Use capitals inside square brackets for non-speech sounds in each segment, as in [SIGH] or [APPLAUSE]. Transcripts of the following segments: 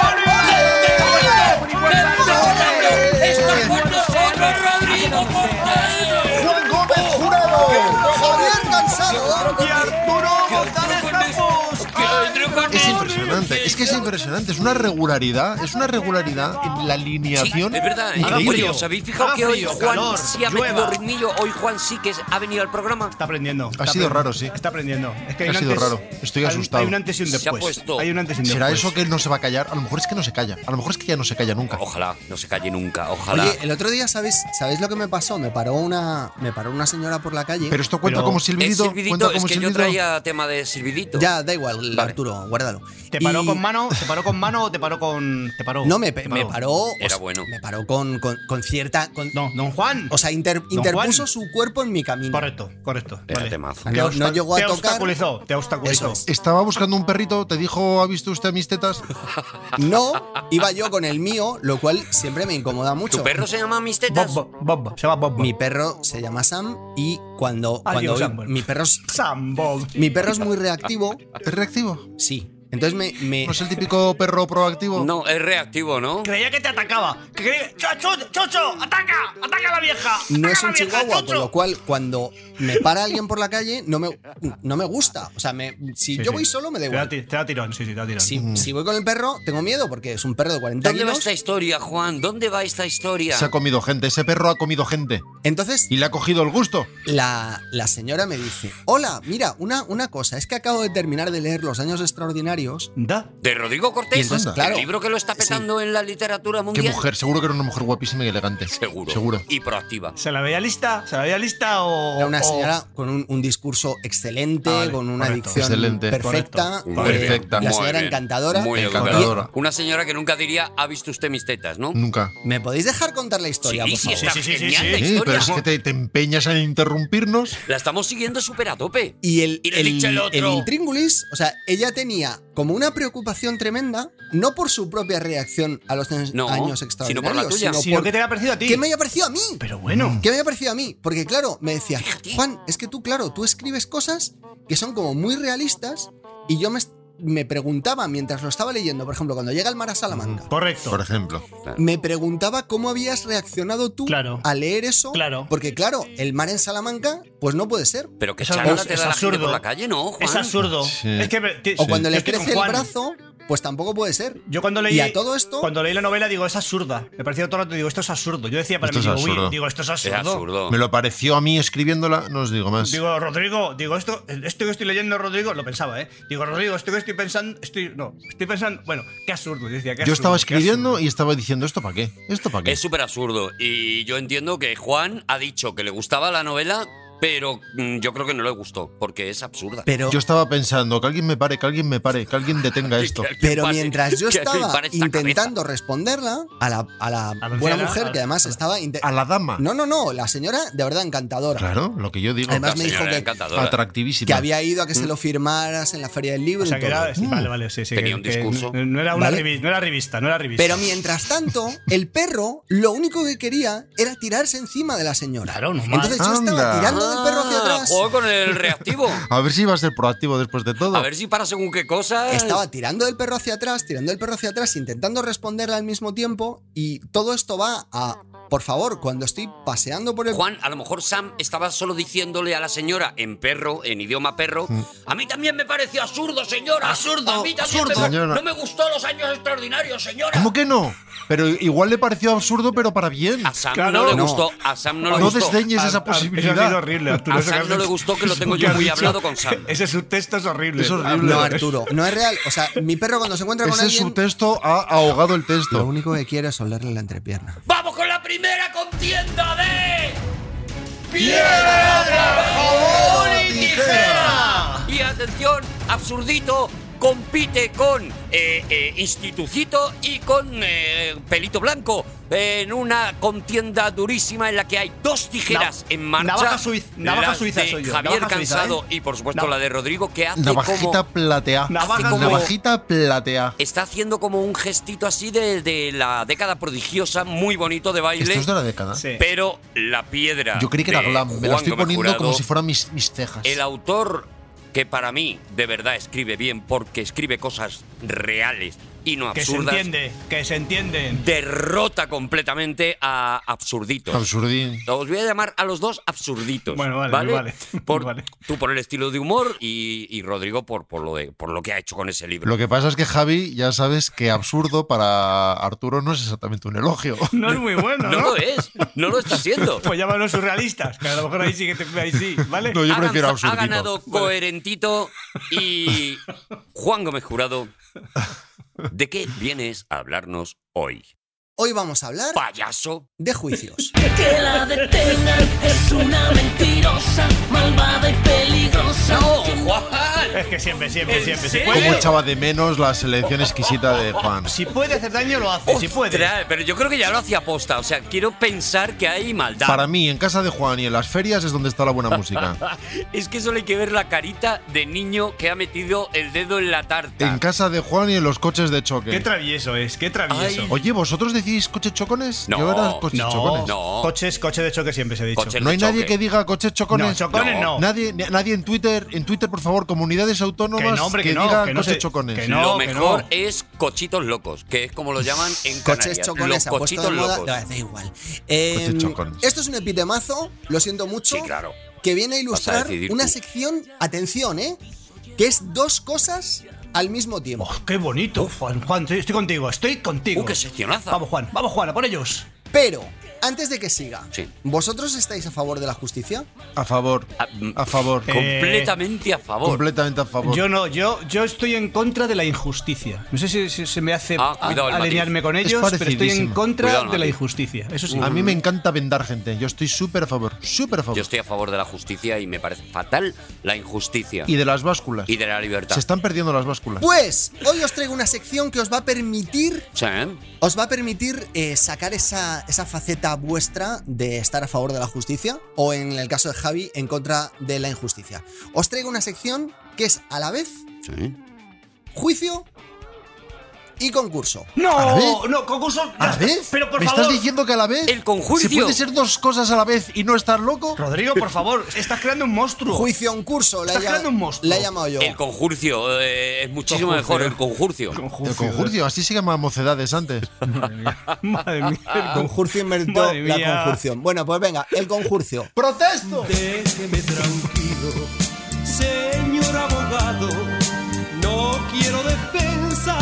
con el- ¡Gente con el- Está con nosotros Rodrigo Cortés. Juan Gómez Jurado, Javier Cansado. y Arturo González Campos. ¿Qué hay dragones? Es impresionante, es que es impresionante, es una regularidad, es una regularidad en la Sí, alineación. es verdad, increíble. haga frío. ¿Os habéis fijado Haga que hoy frío, Juan calor, sí ha llueva. metido ritmillo? Hoy Juan sí que ha venido al programa. Está aprendiendo. Ha sido raro, sí. Está aprendiendo. Es que hay Ha un sido antes- raro. Estoy hay un- asustado. Hay un antes y un Se ha después. puesto. Hay un antes y un ¿Será después. eso que él no se va a callar? A lo mejor es que no se calla, a lo mejor es que ya no se calla nunca. Ojalá no se calle nunca, ojalá. Oye, el otro día, ¿sabéis, ¿sabéis lo que me pasó? Me paró una, me paró una señora por la calle. Pero esto cuenta Pero- como El silbidito, cuenta silbidito, es como que yo silbidito. traía tema de silbidito. ya, da igual, Vale. Arturo, guárdalo. ¿Te paró Y- con mano? ¿Te paró con mano o te paró con.? Te paró. No, me, Te me paró. Era o sea, bueno. Me paró con, con- con cierta. con- No, don Juan. O sea, inter- Juan. interpuso su cuerpo en mi camino. correcto, correcto. Era vale. temazo. No, no obsta- llegó a te tocar. obstaculizó, te obstaculizó. Eso Estaba buscando un perrito, te dijo, ¿ha visto usted [LAUGHS] mis tetas? [LAUGHS] No, iba yo con el mío, lo cual siempre me incomoda mucho. ¿Tu perro se llama Mis Tetas? Bob, Bob, se llama Bob. Mi perro se llama Sam y cuando, cuando Adiós, oí- Samuel. mi perro es- Sam Bob. mi perro es muy reactivo, ¿Es reactivo? sí. Entonces me, me- ¿No es el típico perro proactivo? No, es reactivo, ¿no? Creía que te atacaba. Que creía- ¡Chocho, chocho! ¡Ataca! ¡Ataca a la vieja! no ¡Ataca es a la Ah, vieja, un chihuahua, chocho! con lo cual cuando me para alguien por la calle no me, no me gusta. O sea, me- Sí, si yo sí. voy solo me da Te da, igual. ti- te da tirón, sí, sí, te da tirón. Si, si voy con el perro, tengo miedo porque es un perro de 40 ¿Dónde va kilos. esta historia, Juan? ¿Dónde va esta historia? Se ha comido gente, ese perro ha comido gente Entonces, y le ha cogido el gusto. la, la señora me dice: Hola, mira, una, una cosa, es que acabo de terminar de leer Los Años Extraordinarios. Da. De Rodrigo Cortés, Y entonces, el claro, libro que lo está petando en la literatura Qué mundial. mujer, seguro que era una mujer guapísima y elegante. Seguro. Seguro. Y proactiva. ¿Se la veía lista? ¿Se la veía lista o.? Era una o- señora con un, un discurso excelente, Oh, Vale, con una correcto. dicción Excelente. perfecta. Correcto. eh, Muy bien. Perfecta. La Muy señora bien. encantadora. Muy Encantadora. Mm, encantadora. Una señora que nunca diría, ha visto usted mis tetas, ¿no? Nunca. ¿Me podéis dejar contar la Sí, historia, por sí, favor? está Sí, sí, sí, genial sí, la sí. Eh, historia. pero es que te, te empeñas en interrumpirnos. La estamos siguiendo súper a tope. Y el, Y le dice el otro. intríngulis, o sea, ella tenía como una preocupación tremenda, no por su propia reacción a los años- No, años sino extraordinarios, por la tuya. Sino que te había parecido a ti. ¿Qué me Mm, había parecido a mí? Pero bueno. ¿Qué me había parecido a mí? Porque claro, me decía, Fíjate. Juan, es que tú, claro, tú escribes cosas que son como muy realistas y yo me, est- me preguntaba mientras lo estaba leyendo, por ejemplo, cuando llega el mar a Salamanca, Correcto. Por ejemplo. me preguntaba cómo habías reaccionado tú Claro. a leer eso, Claro. porque claro, el mar en Salamanca, pues no puede ser. Pero que Es charla absurdo, te es da la gente absurdo. por la calle, ¿no, Juan? Es absurdo. Sí. Es que, te- O sí. cuando yo le estoy con crece el Juan. brazo, pues tampoco puede ser. Yo cuando leí, Y a todo esto- cuando leí la novela digo, es absurda. Me parecía todo el rato, digo, esto es absurdo. Yo decía para Esto es mí, digo, uy, absurdo. digo, esto es Es absurdo. absurdo. Me lo pareció a mí escribiéndola, no os digo más. Digo, Rodrigo, digo, esto, esto que estoy leyendo, Rodrigo, lo pensaba, ¿eh? Digo, Rodrigo, esto que estoy pensando, estoy, no, estoy pensando, bueno, qué absurdo. Yo, decía, qué Yo estaba absurdo, qué escribiendo y estaba diciendo, ¿esto para qué? ¿Esto para qué? Es súper absurdo. Y yo entiendo que Juan ha dicho que le gustaba la novela, pero mm, yo creo que no le gustó, porque es absurda. Pero Yo estaba pensando, que alguien me pare, que alguien me pare, que alguien [LAUGHS] detenga [LAUGHS] esto. Que alguien Pero pare- ¿eh? [LAUGHS] mientras [LAUGHS] yo que alguien estaba pare esta intentando responderla a la, a la anciana, buena a mujer la- que además a la- estaba... inte- A la dama. No, no, no, la señora de verdad encantadora. Claro, lo que yo digo. Además cabeza. me dijo Señora que- encantadora. Atractivísima. Que había ido a que se lo firmaras en la feria del libro. Mm. O sea, y que todo. era, sí, vale, vale, sí, sí. Tenía que- un que discurso. No, no era una Vale. revi- no era revista, no era revista. Pero mientras tanto, el perro lo único que quería era tirarse encima de la señora. Claro, no más. Entonces yo Anda. estaba tirando del perro hacia Ah, atrás. Juego con el [LAUGHS] reactivo. A ver si iba a ser proactivo después de todo. A ver si para según qué cosas. Estaba tirando del perro hacia atrás, tirando del perro hacia atrás, intentando responderla al mismo tiempo. Y todo esto va a. Por favor, cuando estoy paseando por el Juan, a lo mejor Sam estaba solo diciéndole a la señora en perro, en idioma perro, Mm. a mí también me pareció absurdo, señora. Absurdo. A mí también absurdo. me- Señora. No me gustó los años extraordinarios, señora. ¿Cómo que no? Pero igual le pareció absurdo, pero para bien. A Sam Claro. no le No. gustó. A Sam Ah, no le No gustó. desdeñes Ah, esa ah, Eso ha sido posibilidad. horrible, Arturo. A eso que Sam has no le dicho. gustó [LAUGHS] que lo tengo ¿Qué yo has muy dicho? hablado con Sam. [LAUGHS] Ese subtexto es horrible. Es horrible. No, Arturo, no es real. O sea, mi perro cuando se encuentra con Ese alguien, subtexto ha ahogado el lo texto. único que quiere es olerle la entrepierna. ¡Vamos con la primera contienda de. ¡Piedra, y tijera! Y atención, absurdito, compite con eh, eh, Institucito y con eh, Pelito Blanco en una contienda durísima en la que hay dos tijeras Na- en marcha. navaja suiz- navaja la suiza de soy yo, Javier navaja suiza, Cansado ¿eh? y por supuesto Nav- la de Rodrigo que hace Navajita como platea. Navajas como- Navajita platea. está haciendo como un gestito así de, de la década prodigiosa, muy bonito de baile. Esto es de la década. Sí. Pero la piedra. Yo creí que era de glam. Me Juan la estoy poniendo Gómez como Jurado, si fueran mis, mis cejas. El autor que para mí de verdad escribe bien porque escribe cosas reales y no Que se absurdas. entiende, que se entienden. derrota completamente a absurditos. Absurdín. Os voy a llamar a los dos absurditos. Bueno, vale, ¿vale? vale, [LAUGHS] Por- vale. Tú por el estilo de humor y, y Rodrigo por, por, lo de, por lo que ha hecho con ese libro. Lo que pasa es que Javi, ya sabes que absurdo para Arturo no es exactamente un [LAUGHS] elogio. No es muy [LAUGHS] bueno, no, eh. ¿no? lo es, no lo está [LAUGHS] haciendo. Pues llámanos surrealistas, que a lo mejor ahí sí que te ahí sí, ¿vale? No, yo Ha prefiero ganza- ha, absurdito. ganado coherentito y Juan Gómez Jurado. ¿De qué vienes a hablarnos hoy? Hoy vamos a hablar Payaso. [LAUGHS] de juicios. Que la detengan es una mentirosa, malvada y peligrosa. Oh, Juan! Es que siempre, siempre, ¿En siempre. Si serio? Como puede, echaba de menos la selección exquisita de Juan. si puede hacer daño, lo Eh, hace. Si puede. Ostras, Pero yo creo que ya lo hacía posta. O sea, quiero pensar que hay maldad. Para mí, en casa de Juan y en las ferias es donde está la buena música. [LAUGHS] Es que solo hay que ver la carita de niño que ha metido el dedo en la tarta. En casa de Juan y en los coches de Qué choque. travieso es, qué travieso. Ay, Oye, ¿vosotros decís coches chocones? No, Yo era coches no, chocones. No. Coches, coche de choque siempre se ha dicho. Coche- No hay nadie Choque. que diga coches chocones. No, chocones no. Nadie, ni- nadie en Twitter, en Twitter, por favor, comunidades autónomas Que no, hombre, que no, diga que no coches se- chocones. que no. lo mejor no. es cochitos locos, que es como lo llaman en Canarias. Coches chocones, se ha los puesto cochitos de moda. locos. Da, da igual. Eh, Coches chocones. esto es un epitemazo, lo siento mucho, Sí, claro. que viene a Vas a ilustrar decidir una tú. sección, atención, ¿eh? Que es dos cosas al mismo tiempo. Oh, qué bonito, Juan. Juan, estoy, estoy contigo, estoy contigo. Uh, qué seccionaza. Vamos, Juan, vamos, Juan, a por ellos. Pero, antes de que siga, Sí. ¿vosotros estáis a favor de la justicia? A favor. Ah, mm, A favor. Eh, Completamente a favor. completamente a favor. Yo no, yo, yo estoy en contra de la injusticia. No sé si, si se me hace Ah, a- cuidado, el alinearme matiz. con Es ellos, pero estoy en parecidísimo. contra Cuidado, el de la matiz. injusticia. Eso sí. A mí me encanta vendar gente. Yo estoy súper a favor. Súper a favor. Yo estoy a favor de la justicia y me parece fatal la injusticia Y de las básculas. y de la libertad. Se están perdiendo las básculas. Pues, hoy os traigo una sección que os va a permitir Sí, ¿eh? os va a permitir eh, sacar esa, esa faceta vuestra de estar a favor de la justicia o en el caso de Javi en contra de la injusticia. Os traigo una sección que es a la vez Sí. juicio y concurso. ¿A la No, vez? no, concurso. ¿A la vez? Pero por ¿Me favor. estás diciendo que a la vez? El conjurcio. ¿Se puede ser dos cosas a la vez y no estar loco? Rodrigo, por favor, estás creando un monstruo. Juicio en curso, la he, Estás lla- creando un monstruo. la he llamado yo. El conjurcio. eh, es muchísimo Conjurcio. mejor el conjurcio. El conjurcio, así se llama mocedades antes. [LAUGHS] Madre [LAUGHS] Ah. mía. el conjurcio. Conjurcio inventó Madre la mía. conjurción. Bueno, pues venga, el conjurcio. ¡Protesto! Déjeme tranquilo, señor abogado. No quiero defensa,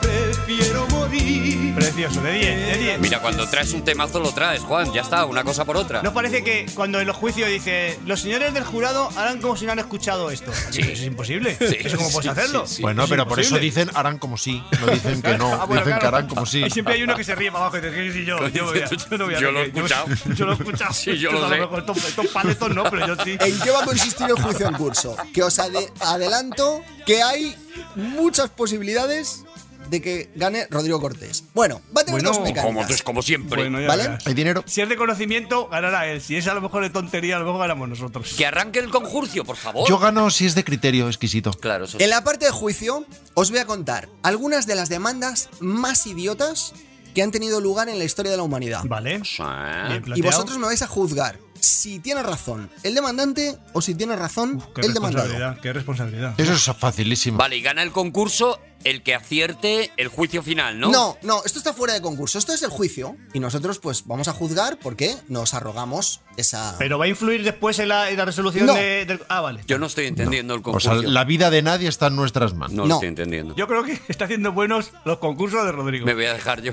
prefiero morir. Precioso, de 10, de 10. Mira, cuando traes un temazo lo traes, Juan. Ya está, una cosa por otra. No parece que cuando en los juicios dice los señores del jurado harán como si no han escuchado esto. Sí. Eso es imposible. Eso cómo puedes sí, hacerlo. sí, sí. Bueno, Es pero por eso imposible. dicen harán como sí. No dicen que no. Ah, bueno, dicen que claro. harán como sí. Y siempre hay uno que se ríe para abajo y te dice, sí, yo, yo, voy a- yo no voy a [LAUGHS] Yo lo he hacer que- escuchado. [LAUGHS] Yo lo he escuchado. Sí, yo Pues lo a sé. mejor Estos, estos paletos no, pero yo sí. [LAUGHS] ¿En qué va a consistir el juicio en curso? Que os ade- adelanto que hay muchas posibilidades de que gane Rodrigo Cortés. Bueno, va a tener Bueno, dos mecánicas. Como, tú- como siempre. [LAUGHS] Bueno, ya ¿Vale? verás. ¿Hay dinero? Si es de conocimiento, ganará él. Si es a lo mejor de tontería, a lo mejor ganamos nosotros. Que arranque el conjurcio, por favor. Yo gano si es de criterio exquisito. Claro, eso sí. En la parte de juicio os voy a contar algunas de las demandas más idiotas que han tenido lugar en la historia de la humanidad. Vale. Sí. Bien Y planteado. vosotros me vais a juzgar si tiene razón el demandante o si tiene razón Qué el demandado. responsabilidad, qué responsabilidad. Eso es facilísimo. Vale, y gana el concurso el que acierte el juicio final, ¿no? ¿No? no, esto está fuera de concurso, esto es el juicio y nosotros pues vamos a juzgar porque nos arrogamos esa... Pero va a influir después en la, en la resolución No. de- del. Ah, vale. Yo no estoy entendiendo el O concurso. sea, la vida de nadie está en nuestras manos. No, lo No. estoy entendiendo. Yo creo que [LAUGHS] está haciendo buenos los concursos de [LAUGHS] Rodrigo. Me voy a dejar yo.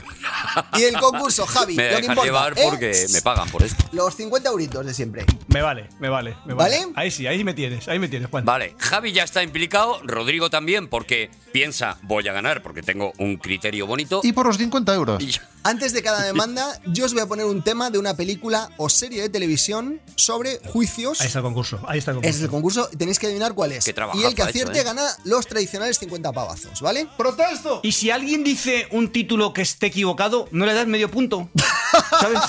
Y el concurso, [LAUGHS] Javi, me voy a lo que dejar importa, llevar ¿eh? porque me pagan por esto. Los 50 euritos de siempre. Me vale, me vale, me vale. ¿Vale? Ahí sí, ahí me tienes, ahí me tienes, Juan. Vale, Javi ya está implicado, Rodrigo también, porque piensa, voy a ganar porque tengo un criterio bonito. Y por los 50 euros. Y ya- Antes de cada demanda, yo os voy a poner un tema de una película o serie de televisión sobre juicios. Ahí está el concurso. Ahí está el concurso. Es el concurso, y tenéis que adivinar cuál es. Qué trabajazo Y el que ha hecho, acierte ¿eh? gana los tradicionales 50 pavazos, ¿vale? ¡Protesto! Y si alguien dice un título que esté equivocado, no le das medio punto. ¿Sabes?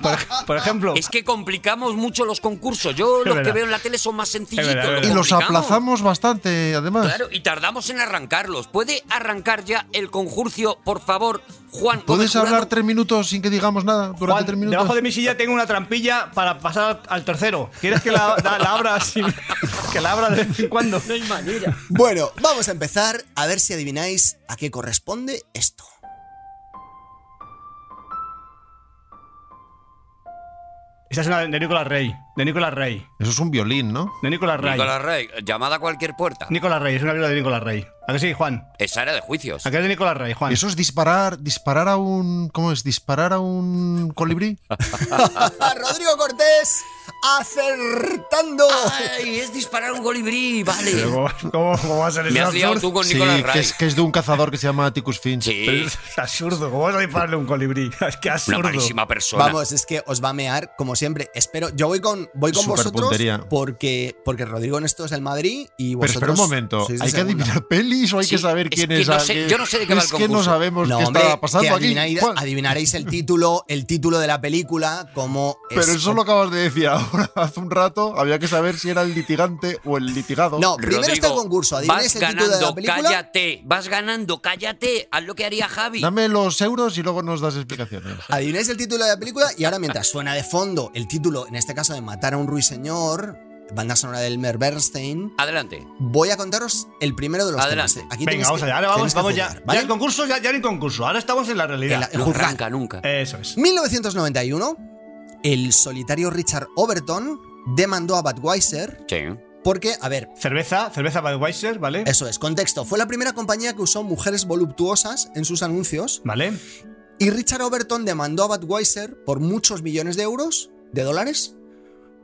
Por, ej- por ejemplo. Es que complicamos mucho los concursos. Yo los que verdad. veo en la tele son más sencillitos. verdad, es lo verdad. Y los complicamos. aplazamos bastante, además. Claro, y tardamos en arrancarlos. ¿Puede arrancar ya el concurso, por favor, Juan? Gómez ¿Puedes Jurado? hablar tres minutos sin que digamos nada durante Juan, tres debajo minutos? de mi silla tengo una trampilla para pasar al, al tercero. ¿Quieres que la, la- la abra así? Que la abra de vez en cuando. No hay manera. Bueno, vamos a empezar a ver si adivináis a qué corresponde esto. [LAUGHS] [LAUGHS] Esta es una de Nicolás Rey. De Nicolás Rey. Eso es un violín, ¿no? De Nicolás Rey. Nicolás Rey, llamada a cualquier puerta. Nicolás Rey, es una película de Nicolás Rey. ¿A que sí, Juan? Esa era de juicios. ¿A que es de Nicolás Rey, Juan? Eso es disparar, disparar a un, ¿cómo es? Disparar a un colibrí. Rodrigo Cortés acertando. ¡Ay! Es disparar un golibrí, vale. ¿Cómo, cómo- cómo va a ser Me eso? has liado absurdo? tú con Sí, Nicolás que Rey. es, que es de un cazador que se llama Ticus Finch. Pero Sí, es [LAUGHS] absurdo. ¿Cómo vas a dispararle a un colibrí? [LAUGHS] Es que una absurdo. malísima persona. Vamos, es que os va a mear como siempre. Espero, yo voy con, voy con Súper vosotros puntería. porque, porque Rodrigo en esto es el Madrid y Pero vosotros. espera un momento, sois de ¿hay que segunda. adivinar pelis o hay Sí, que saber es quién que es? no a- sé- yo no sé de qué va el Es que no concurso. sabemos No, qué hombre, está que pasando aquí. adivináis- Juan, adivinaréis el título, el título de la película, como Pero eso lo acabas de decir ahora, [LAUGHS] hace un rato, había que saber si era el litigante o el litigado. No, primero está el Rodrigo, concurso, adivináis Vas el título de la ganando, película. cállate. Vas ganando, cállate. Haz lo que haría Javi. Dame los euros y luego nos das explicaciones. Adivináis el título de la película y ahora mientras suena de fondo el título, en este caso de Matar a un ruiseñor, banda sonora del Mer Bernstein, Adelante. voy a contaros el primero de los Adelante. temas. Aquí tenéis Venga, vamos que- allá. Ahora vamos, tenéis que vamos ya. juzgar, Ya ¿vale? el concurso, ya, ya no hay concurso. Ahora estamos en la En la- realidad. en No juzgar. Eh. arranca nunca. Eso es. 1991, el solitario Richard Overton demandó a Budweiser Sí. porque, a ver, Cerveza, cerveza Budweiser, ¿vale? eso es, contexto, fue la primera compañía que usó mujeres voluptuosas en sus anuncios ¿Vale? y Richard Overton demandó a Budweiser por muchos millones de euros, de dólares,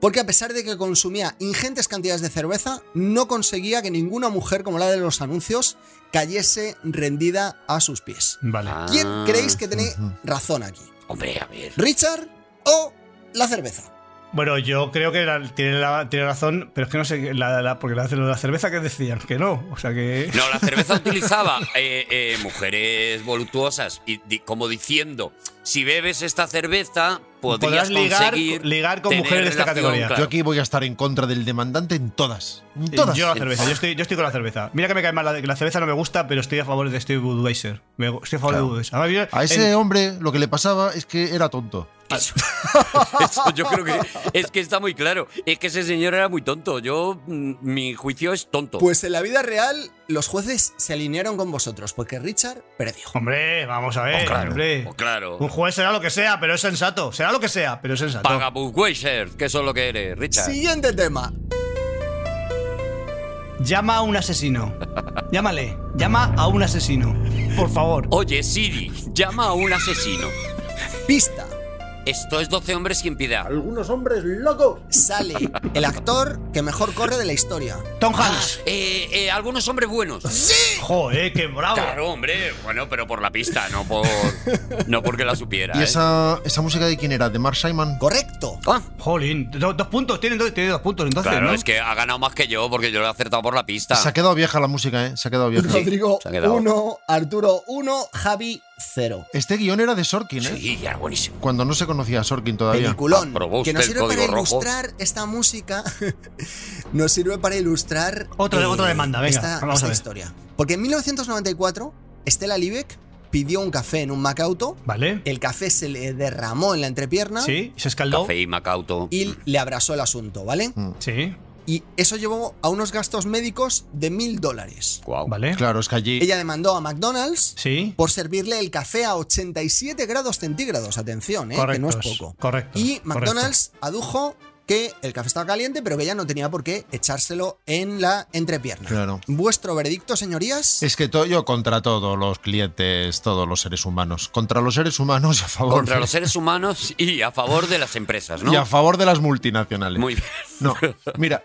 porque a pesar de que consumía ingentes cantidades de cerveza, no conseguía que ninguna mujer como la de los anuncios cayese rendida a sus pies. Vale. ¿Quién Ah, creéis que tiene razón aquí? Hombre, a ver. ¿Richard o la cerveza? Bueno, yo creo que la- tiene, la- tiene razón, pero es que no sé, la, la- porque la, la cerveza que decían que no, o sea que... No, la cerveza utilizaba [LAUGHS] eh, eh, mujeres voluptuosas y di- como diciendo, si bebes esta cerveza podrías Podrás ligar, conseguir ligar con tener mujeres de esta relación, categoría. claro. Yo aquí voy a estar en contra del demandante en todas. En Eh, todas. [LAUGHS] Yo la cerveza, yo estoy, yo estoy con la cerveza. Mira que me cae mal, la, la cerveza no me gusta, pero estoy a favor de Steve Budweiser. Me- Estoy a favor de Budweiser. Además, mira, A ese en- hombre lo que le pasaba es que era tonto. Eso yo creo que es que está muy claro. Es que ese señor era muy tonto. Yo mm, mi juicio es tonto. Pues en la vida real, los jueces se alinearon con vosotros porque Richard perdió. Hombre, vamos a ver, Oh, claro. Eh, hombre. Oh, claro. Un juez será lo que sea, pero es sensato. Será lo que sea, pero es sensato. Paga Budweiser, que eso es lo que eres, Richard. Siguiente tema. Llama a un asesino. Llámale. Llama a un asesino. Por favor. Oye, Siri, llama a un asesino. Pista. Esto es 12 hombres sin piedad. Sale el actor que mejor corre de la historia. Tom Hanks. Eh, eh, algunos hombres buenos. Joder, qué bravo. Claro, hombre. Bueno, pero por la pista, no por no porque la supiera. [LAUGHS] ¿Y ¿eh? esa, esa música de quién era? ¿De Mark Simon? Correcto. Ah, Jolín, do- dos puntos, tiene dos, tiene dos puntos entonces, claro, ¿no? es que ha ganado más que yo porque yo lo he acertado por la pista. Se ha quedado vieja la música, ¿eh? Se ha quedado vieja. Rodrigo se ha quedado. 1, Arturo 1, Javi 0. Este guión era de Sorkin, ¿eh? Sí, era buenísimo. Cuando no se conocía a Sorkin todavía. Peliculón. Aprobó Que nos usted Ah, el sirve para código rojo. ilustrar esta música. [LAUGHS] nos sirve para ilustrar. eh, Otra- otra demanda, venga, Esta, vamos a esta ver. historia. Porque en 1994, Stella Liebeck pidió un café en un Macauto. Vale. El café se le derramó en la entrepierna. Sí, se escaldó. Café y Macauto. Mm, y le abrazó el asunto, ¿vale? Sí, Y eso llevó a unos gastos médicos de mil dólares. Guau. vale. Claro, es que allí. Ella demandó a McDonald's Sí. por servirle el café a 87 grados centígrados, atención, ¿eh? que no es Correctos, poco. correctos, y McDonald's adujo que el café estaba caliente, pero que ella no tenía por qué echárselo en la entrepierna. Claro. Vuestro veredicto, señorías, Es que todo yo contra todos los clientes, todos los seres humanos. Contra los seres humanos y a favor. Contra de- los seres humanos y a favor de las empresas, ¿no? Y a favor de las multinacionales. Muy bien. No, mira,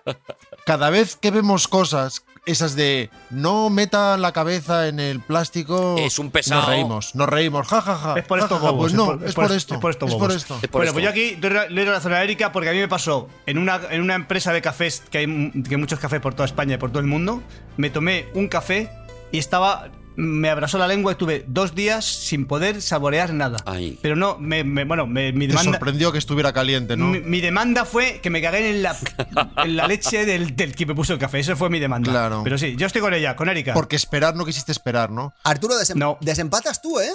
cada vez que vemos cosas esas de no metan la cabeza en el plástico. Es un pesado. Nos reímos, nos reímos, jajaja. Es por estos bobos. Pues es no, por- es por esto. Es por estos Es por bobos. esto. [LAUGHS] Es por bueno, esto. pues yo aquí doy ra- le doy razón a Erika porque a mí me pasó en una, en una empresa de cafés, que hay, mu- que hay muchos cafés por toda España y por todo el mundo, me tomé un café y estaba... Me abrazó la lengua y tuve dos días sin poder saborear nada. Ay. Pero no, me, me- bueno, me- mi Te demanda... sorprendió que estuviera caliente, ¿no? Mi, mi demanda fue que me cagué en la, [LAUGHS] en la leche del, del que me puso el café. Esa fue mi demanda. Claro. Pero sí, yo estoy con ella, con Erika. Porque esperar no quisiste esperar, ¿no? Arturo, desem- No. desempatas tú, ¿eh?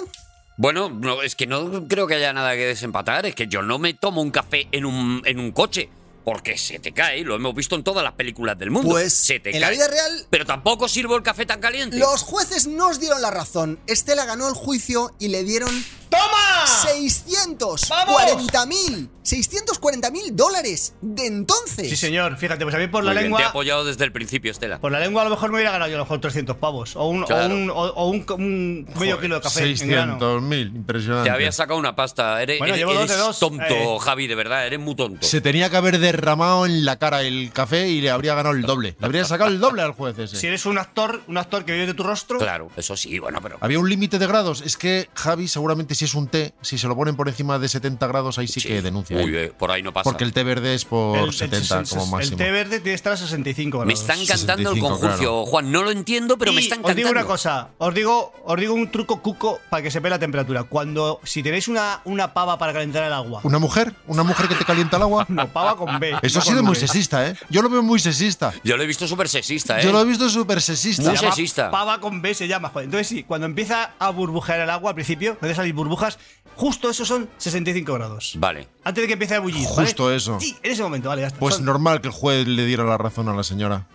Bueno, no, es que no creo que haya nada que desempatar. Es que yo no me tomo un café en un, en un coche. Porque se te cae, lo hemos visto en todas las películas del mundo. Pues se te en la cae. vida real Pero tampoco sirvo el café tan caliente. los jueces nos dieron la razón. Estela ganó el juicio y le dieron ¡Toma! 640.000 640.000 dólares de entonces. Sí, señor. Fíjate, pues a mí por Muy la bien, lengua... Te he apoyado desde el principio, Estela. Por Pues la lengua a lo mejor me hubiera ganado yo a lo mejor 300 pavos. O un, Claro. o un, o- o un- un medio kilo de café en grano. 600.000, impresionante. Te había sacado una pasta. Eres, Bueno, eres- llevo dos de eres dos, tonto, eh. Javi, de verdad, eres muy tonto. Se tenía que haber derramado en la cara el café y le habría ganado el doble. Le habría sacado el doble al juez ese. Si eres un actor, un actor que vive de tu rostro... Claro, eso sí, bueno, pero. Había un límite de grados. Es que Javi, seguramente si es un té, si se lo ponen por encima de 70 grados, ahí sí, Sí. que denuncia. Uy, él. eh, por ahí no pasa. Porque el té verde es por 70 el- como máximo. El té verde tiene que estar a 65 grados. me está encantando el 65, conjuncio, claro. Juan. No lo entiendo, pero me Y está Os digo encantando. una cosa, os digo, os digo un truco cuco para que se vea la temperatura. Cuando, si tenéis una, una pava para calentar el agua, ¿Una mujer? ¿Una mujer que te calienta el agua? [LAUGHS] no, pava con B. Eso no ha sido con muy B. sexista, ¿eh? Yo lo veo muy sexista. Yo lo he visto súper sexista, ¿eh? Yo lo he visto súper sexista. Muy Se llama sexista. Pava con B se llama, joder. Entonces, sí, cuando empieza a burbujear el agua al principio, cuando salir burbujas, justo eso son 65 grados. Vale. Antes de que empiece a bullir. ¿vale? Justo eso. Sí, en ese momento, vale, ya está. Pues Son- normal que el juez le diera la razón a la señora.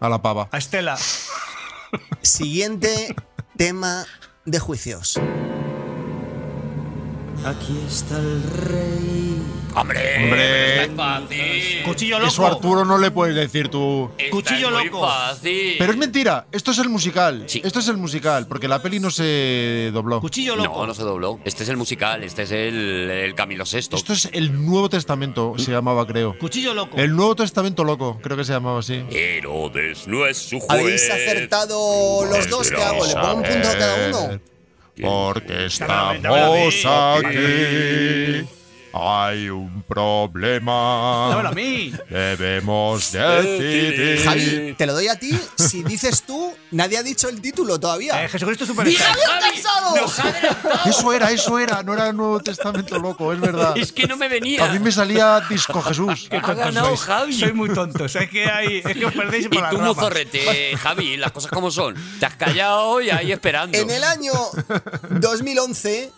A la pava. A Estela. [LAUGHS] Siguiente tema de juicios. Pues ¡Hombre! Hombre. Es fácil. Cuchillo loco. Eso a Arturo no le puedes decir tú. Esta Cuchillo es muy loco. fácil. Pero es mentira, esto es el musical. Sí. Esto es el musical, porque la peli no se dobló. Cuchillo loco. No, no se dobló. Este es el musical, este es el, el Camilo Sexto. Esto es el Nuevo Testamento, se llamaba, creo. Cuchillo loco. El Nuevo Testamento Loco, creo que se llamaba así. Herodes no es su juez. Habéis acertado los dos, ¿qué hago? ¿Le pongo un punto a cada uno? Porque Dame- dame la aquí. Hay un Dámelo a problema. mí. Debemos Javi, te lo doy a ti. Si dices tú, nadie ha dicho el título todavía. [LAUGHS] Eh, Jesucristo super. cansado! Eso era, eso era. No era el Nuevo Testamento Loco, es [LAUGHS] verdad. Es que no me venía. A mí me salía Disco Jesús. Ha ganado Javi. Soy muy tonto. Es que hay, es que os perdéis por y las tú, ramas. mozorrete, Javi, las cosas como son. Te has callado y ahí esperando. En el año 2011,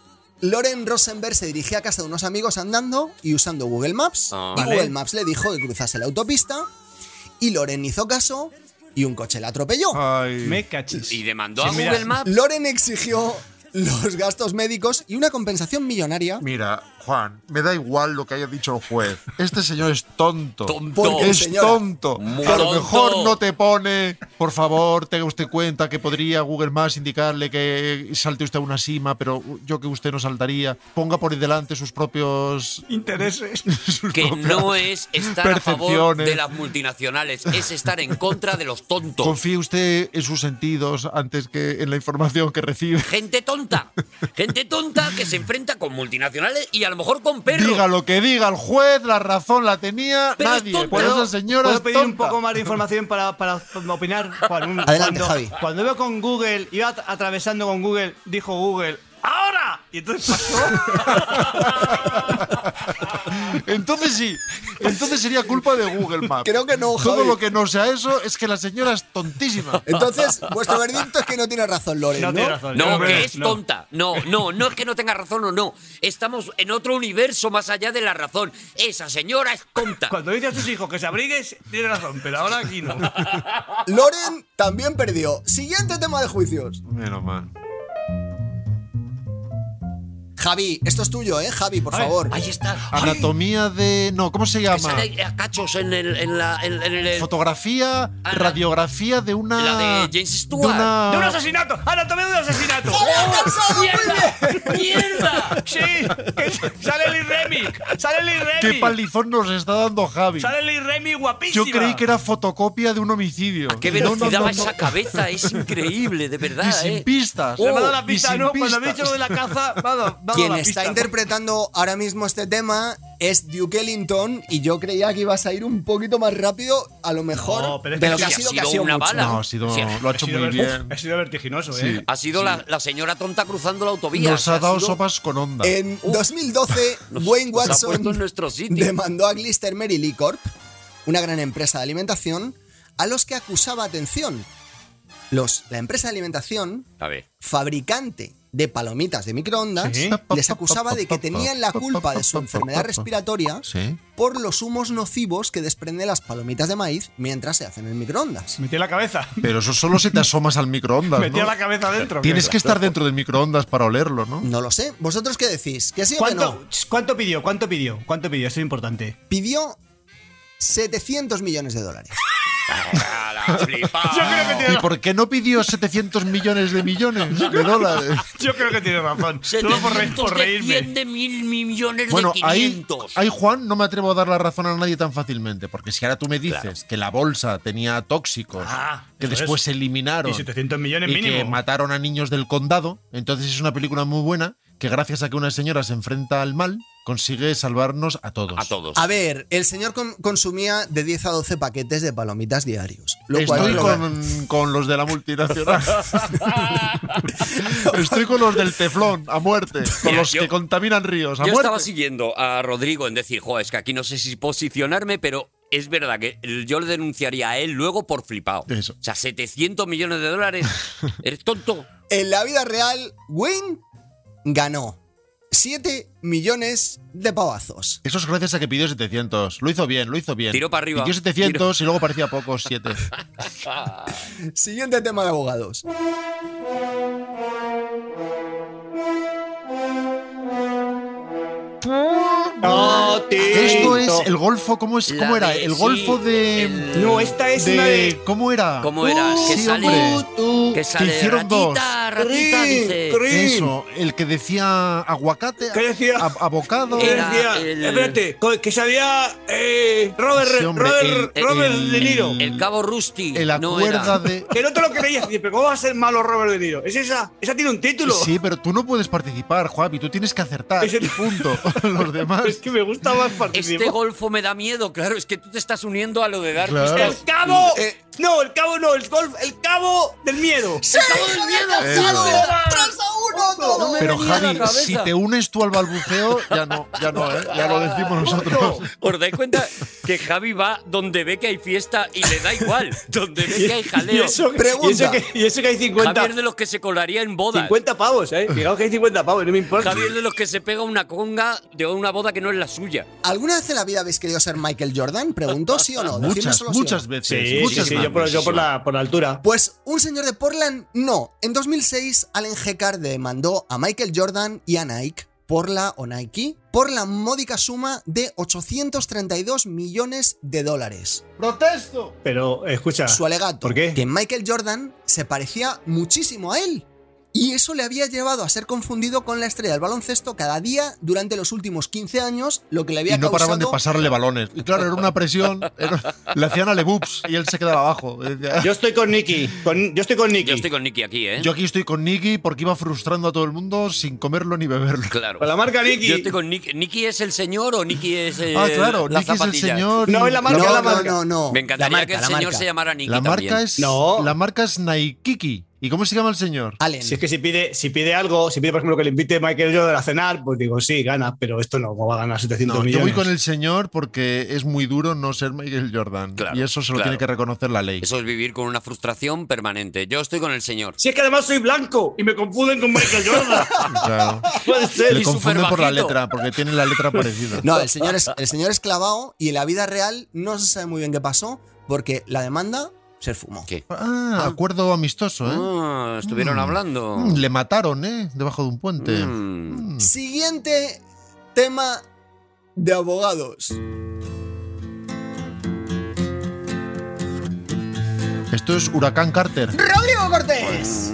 Loren Rosenberg se dirigía a casa de unos amigos andando y usando Google Maps. Ah. y Vale. Google Maps le dijo que cruzase la autopista. Y Loren hizo caso y un coche la atropelló. Ah. Ay. [LAUGHS] Me cachis. Y demandó Sí, a mira. Google Maps. Loren exigió los gastos médicos y una compensación millonaria. Mira, Juan, me da igual lo que haya dicho el juez. Este señor es tonto. Tonto. Porque Es señora. tonto. Muy a lo mejor tonto. no te pone. Por favor, tenga usted cuenta que podría Google Maps indicarle que salte usted a una cima, pero yo que usted no saltaría. Ponga por delante sus propios. Intereses. sus Que propias- no es estar a favor Percepciones. de las multinacionales, es estar en contra de los tontos. Confíe usted en sus sentidos antes que en la información que recibe. Gente [LAUGHS] tonta. Gente tonta que se enfrenta con multinacionales y a lo mejor con perros. Diga lo que diga el juez, la razón la tenía Pero es nadie. tonta. Por eso, señora, ¿Puedo es pedir un tonta. poco más de información para, para opinar? Juan, un- Adelante, cuando, Javi. Cuando veo con Google, iba at- atravesando con Google, dijo Google, ¡ahora! Y entonces [LAUGHS] Entonces sí, entonces sería culpa de Google Maps. Creo que no, Todo Javi. lo que no sea eso es que la señora es tontísima. Entonces, vuestro veredicto es que no tiene razón, Loren. No No, tiene razón. No, hombre, que es tonta. No, no, no es que no tenga razón o no. Estamos en otro universo más allá de la razón. Esa señora es tonta. Cuando dice a sus hijos que se abrigues, tiene razón, pero ahora aquí no. Loren también perdió. Siguiente tema de juicios. Menos mal. Javi, esto es tuyo, ¿eh? Javi, por favor. Ahí está. Ah. Anatomía de. No, ¿cómo se Que llama? sale a cachos en, el, en la. En, en el- Fotografía, Ana- radiografía de una. La de James Stewart. De una- ¡De un asesinato! ¡Anatomía de un asesinato! ¡Mierda! ¡Mierda! [LAUGHS] ¡Sí! que ¡Sale Lee Remick! ¡Sale Lee ¡Qué Remick! palizón nos está dando Javi! ¡Sale Lee Remick Yo guapísima! creí que era fotocopia de un homicidio. ¡Qué No, no, velocidad no, va no. esa cabeza! Es increíble, de verdad. [LAUGHS] Y sin ¿eh? pistas. Le me ha dado Oh, Y la pista, sin ¿no? Cuando me he pistas. dicho lo de la caza, me ha dado, me ha dado Quien la está pista. interpretando ahora mismo este tema es Duke Ellington y yo creía que ibas a ir un poquito más rápido, a lo mejor, No, pero es de que lo sí que ha ha sido, que ha sido sido una mucho. bala. No, ha sido, Sí, lo ha Ha hecho sido muy ver- bien. Uf, ha sido vertiginoso, Sí. ¿eh? Ha sido la, la señora tonta cruzando la autovía. Nos O sea, ha dado sido- sopas con onda. En 2012, Wayne nos ha puesto en Watson nuestro sitio. demandó a Glister Lee Corp, una gran empresa de alimentación, a los que acusaba atención. Los, la empresa de alimentación, A [LAUGHS] ver. fabricante de palomitas de microondas, Sí. les acusaba de que tenían la culpa de su enfermedad respiratoria Sí. por los humos nocivos que desprenden las palomitas de maíz mientras se hacen en el microondas. Metí la cabeza. [LAUGHS] Pero eso solo si te asomas al microondas. Metí ¿no? la cabeza dentro. Tienes que estar dentro del microondas para olerlo, ¿no? No lo sé. ¿Vosotros qué decís? ¿Que sí o que ¿Cuánto, no? ch, ¿Cuánto pidió? ¿Cuánto pidió? ¿Cuánto pidió? Esto [LAUGHS] es importante. Pidió 700 millones de dólares. ¡Ah, la flipa! Yo creo que tiene, ¿Y por qué no pidió 700 millones de millones de [LAUGHS] dólares? yo creo que tiene razón. Solo por, re- 700 por de reírme. 100 de mil millones Bueno, de ahí, 500. ahí, Juan, no me atrevo a dar la razón a nadie tan fácilmente, porque si ahora tú me dices que la bolsa tenía tóxicos, Ah, que eso después es. se eliminaron Y 700 millones y que mínimo. mataron a niños del condado, entonces es una película muy buena que gracias a que una señora se enfrenta al mal, consigue salvarnos a todos. a todos. A ver, el señor con- consumía de 10 a 12 paquetes de palomitas diarios. Lo cual Estoy lo- con, con los de [LAUGHS] la multinacional. Estoy con los del teflón, a muerte. Con Mira, los yo- que contaminan ríos, a Yo muerte. estaba siguiendo a Rodrigo en decir, jo, es que aquí no sé si posicionarme, pero es verdad que el- yo le denunciaría a él luego por flipado. Eso. O sea, 700 millones de [LAUGHS] dólares. ¿Eres tonto? En la vida real, Wayne ganó 7 millones de pavazos. Eso es gracias a que pidió 700. Lo hizo bien, lo hizo bien. Tiró para arriba. Pidió 700 y luego parecía poco, 7. [LAUGHS] Siguiente tema de abogados. Esto es el golfo, ¿cómo, es, La cómo era? de- El sí, golfo de... el- No, esta de- ¿Cómo era? ¿Cómo era? Uh, que sí, sale, hombre. que sale hicieron dos. ratita, ratita, dice. Eso, el que decía aguacate, ¿Qué decía? ab- abocado. ¿Qué Era decía? el- Espérate, co- que sabía eh, Robert, Sí, hombre, Robert, el- Robert el- De Niro. El cabo Rusty. El no era. [LAUGHS] acuerda de... Que no te lo creías, dices, pero ¿cómo va a ser malo Robert De Niro? Es esa, esa tiene un título. Sí, pero tú no puedes participar, Juavi, tú tienes que acertar. Ese- Y punto. [LAUGHS] Los demás. [LAUGHS] Es que me gusta más Este participar. golfo me da miedo, claro, es que tú te estás uniendo a lo de dar Claro. pistas. ¡El cabo! Eh. no, el cabo no, el golf, el cabo del miedo. ¡Sí, hijo de Eso. puta! ¡Tres a uno, todo! Pero venía a la Javi, cabeza. si te unes tú al balbuceo, ya no, ya no, ¿eh? ya lo decimos nosotros. [LAUGHS] ¿Os dais cuenta que Javi va donde ve que hay fiesta y le da igual? [LAUGHS] Donde ve que hay Y jaleo. eso, Pregunta. y eso que, y eso que hay 50, Javier de los que se colaría en bodas. 50 pavos, ¿eh? Fijaos que hay 50 pavos, no me [LAUGHS] importa. Javier de los que se pega una conga de una boda que no es la suya. ¿Alguna vez en la vida habéis querido ser Michael Jordan? Preguntó sí o no. [LAUGHS] Decidme Muchas, solo sí o no. muchas veces. sí, sí, muchas sí, veces. yo, por, yo por la, por la altura. Pues un señor de Portland no. En 2006, Allen Hecker demandó a Michael Jordan y a Nike por la o Nike por la módica suma de 832 millones de dólares. ¡Protesto! Pero, escucha, Su alegato, ¿por qué? que Michael Jordan se parecía muchísimo a él. Y eso le había llevado a ser confundido con la estrella del baloncesto cada día durante los últimos 15 años, lo que le había Y no paraban de causado pasarle balones. Y claro, era una presión. era- le hacían a Lebups y él se quedaba abajo. Decía, yo estoy con Nicky. con- yo estoy con Nicky. Yo estoy con Nicky aquí, ¿eh? Yo aquí estoy con Nicky porque iba frustrando a todo el mundo sin comerlo ni beberlo. claro. Con la marca Nicky. Yo estoy con Nicky. ¿Nicky es el señor o Nicky es eh, Ah, claro, la Nicky es el zapatilla? señor. y- No, es la marca, no, es la no, marca. no, no. Me encantaría La marca, que el la señor marca. se llamara Nicky La también. marca es. No. La marca es Naikiki. ¿Y cómo se llama el señor? Allen. Si es que si pide, si pide algo, si pide, por ejemplo, que le invite Michael Jordan a cenar, pues digo, sí, gana, pero esto no, ¿cómo va a ganar 700 No, yo millones? voy con el señor porque es muy duro no ser Michael Jordan. Claro, y eso se lo claro. tiene que reconocer la ley. Eso es vivir con una frustración permanente. Yo estoy con el señor. Si es que además soy blanco y me confunden con Michael [LAUGHS] Jordan. [LAUGHS] Claro. Puede ser. Le Y confunde por la superbajito. letra, porque tiene [LAUGHS] la letra parecida. No, el señor, es, el señor es clavado y en la vida real no se sabe muy bien qué pasó porque la demanda se fumó. ¿Qué? Ah, acuerdo amistoso, ¿eh? Ah, estuvieron Mm. hablando. Mm, Le mataron, ¿eh? Debajo de un puente. Mm. Mm. Siguiente tema de abogados. Esto es Huracán Carter. Rodrigo Cortés.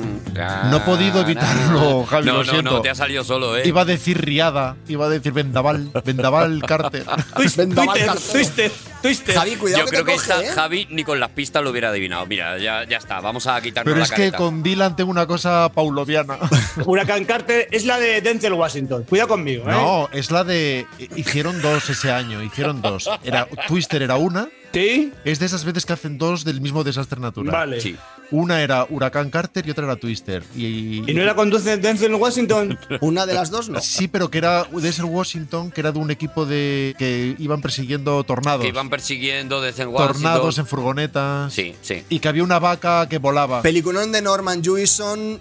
No he podido evitarlo, Javi, Ah, No, lo no, siento. no, te ha salido solo, ¿eh? Iba a decir riada, iba a decir vendaval, vendaval [LAUGHS] Carter. Vendaval Twister, Carter. Twister, Twister. Javi, cuidado Yo que creo te que coge, esta, ¿eh? Javi ni con las pistas lo hubiera adivinado. Mira, ya, ya está, vamos a quitarnos Pero la es que careta. con Dylan tengo una cosa pauloviana. Huracán Carter es la de Denzel Washington. Cuidado conmigo, ¿eh? No, es la de. eh, Hicieron dos ese año, hicieron dos. Era, Twister era una. ¿Sí? Es de esas veces que hacen dos del mismo desastre natural. Vale. Sí. Una era Huracán Carter y otra era Twister. Y, ¿Y no era conduce [LAUGHS] Denzel Washington? Una de las dos no. Sí, pero que era de ser Washington, que era de un equipo de que iban persiguiendo tornados. Que iban persiguiendo desde Washington. tornados en furgonetas. Sí, sí. Y que había una vaca que volaba. Peliculón de Norman Jewison.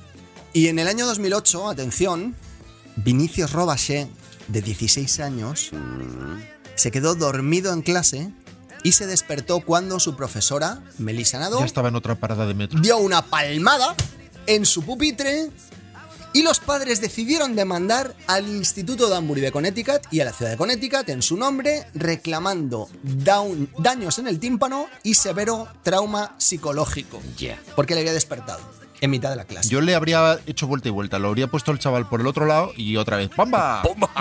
Y en el año 2008, atención, Vinicius Robaché, de 16 años, se quedó dormido en clase y se despertó cuando su profesora, Melissa Nado, ya estaba en otra parada de metro. dio una palmada en su pupitre y los padres decidieron demandar al Instituto Danbury de Connecticut y a la ciudad de Connecticut en su nombre, reclamando daun- daños en el tímpano y severo trauma psicológico. Ya. Porque le había despertado en mitad de la clase. Yo le habría hecho vuelta y vuelta, lo habría puesto el chaval por el otro lado y otra vez ¡pamba! [LAUGHS] ¡Bomba!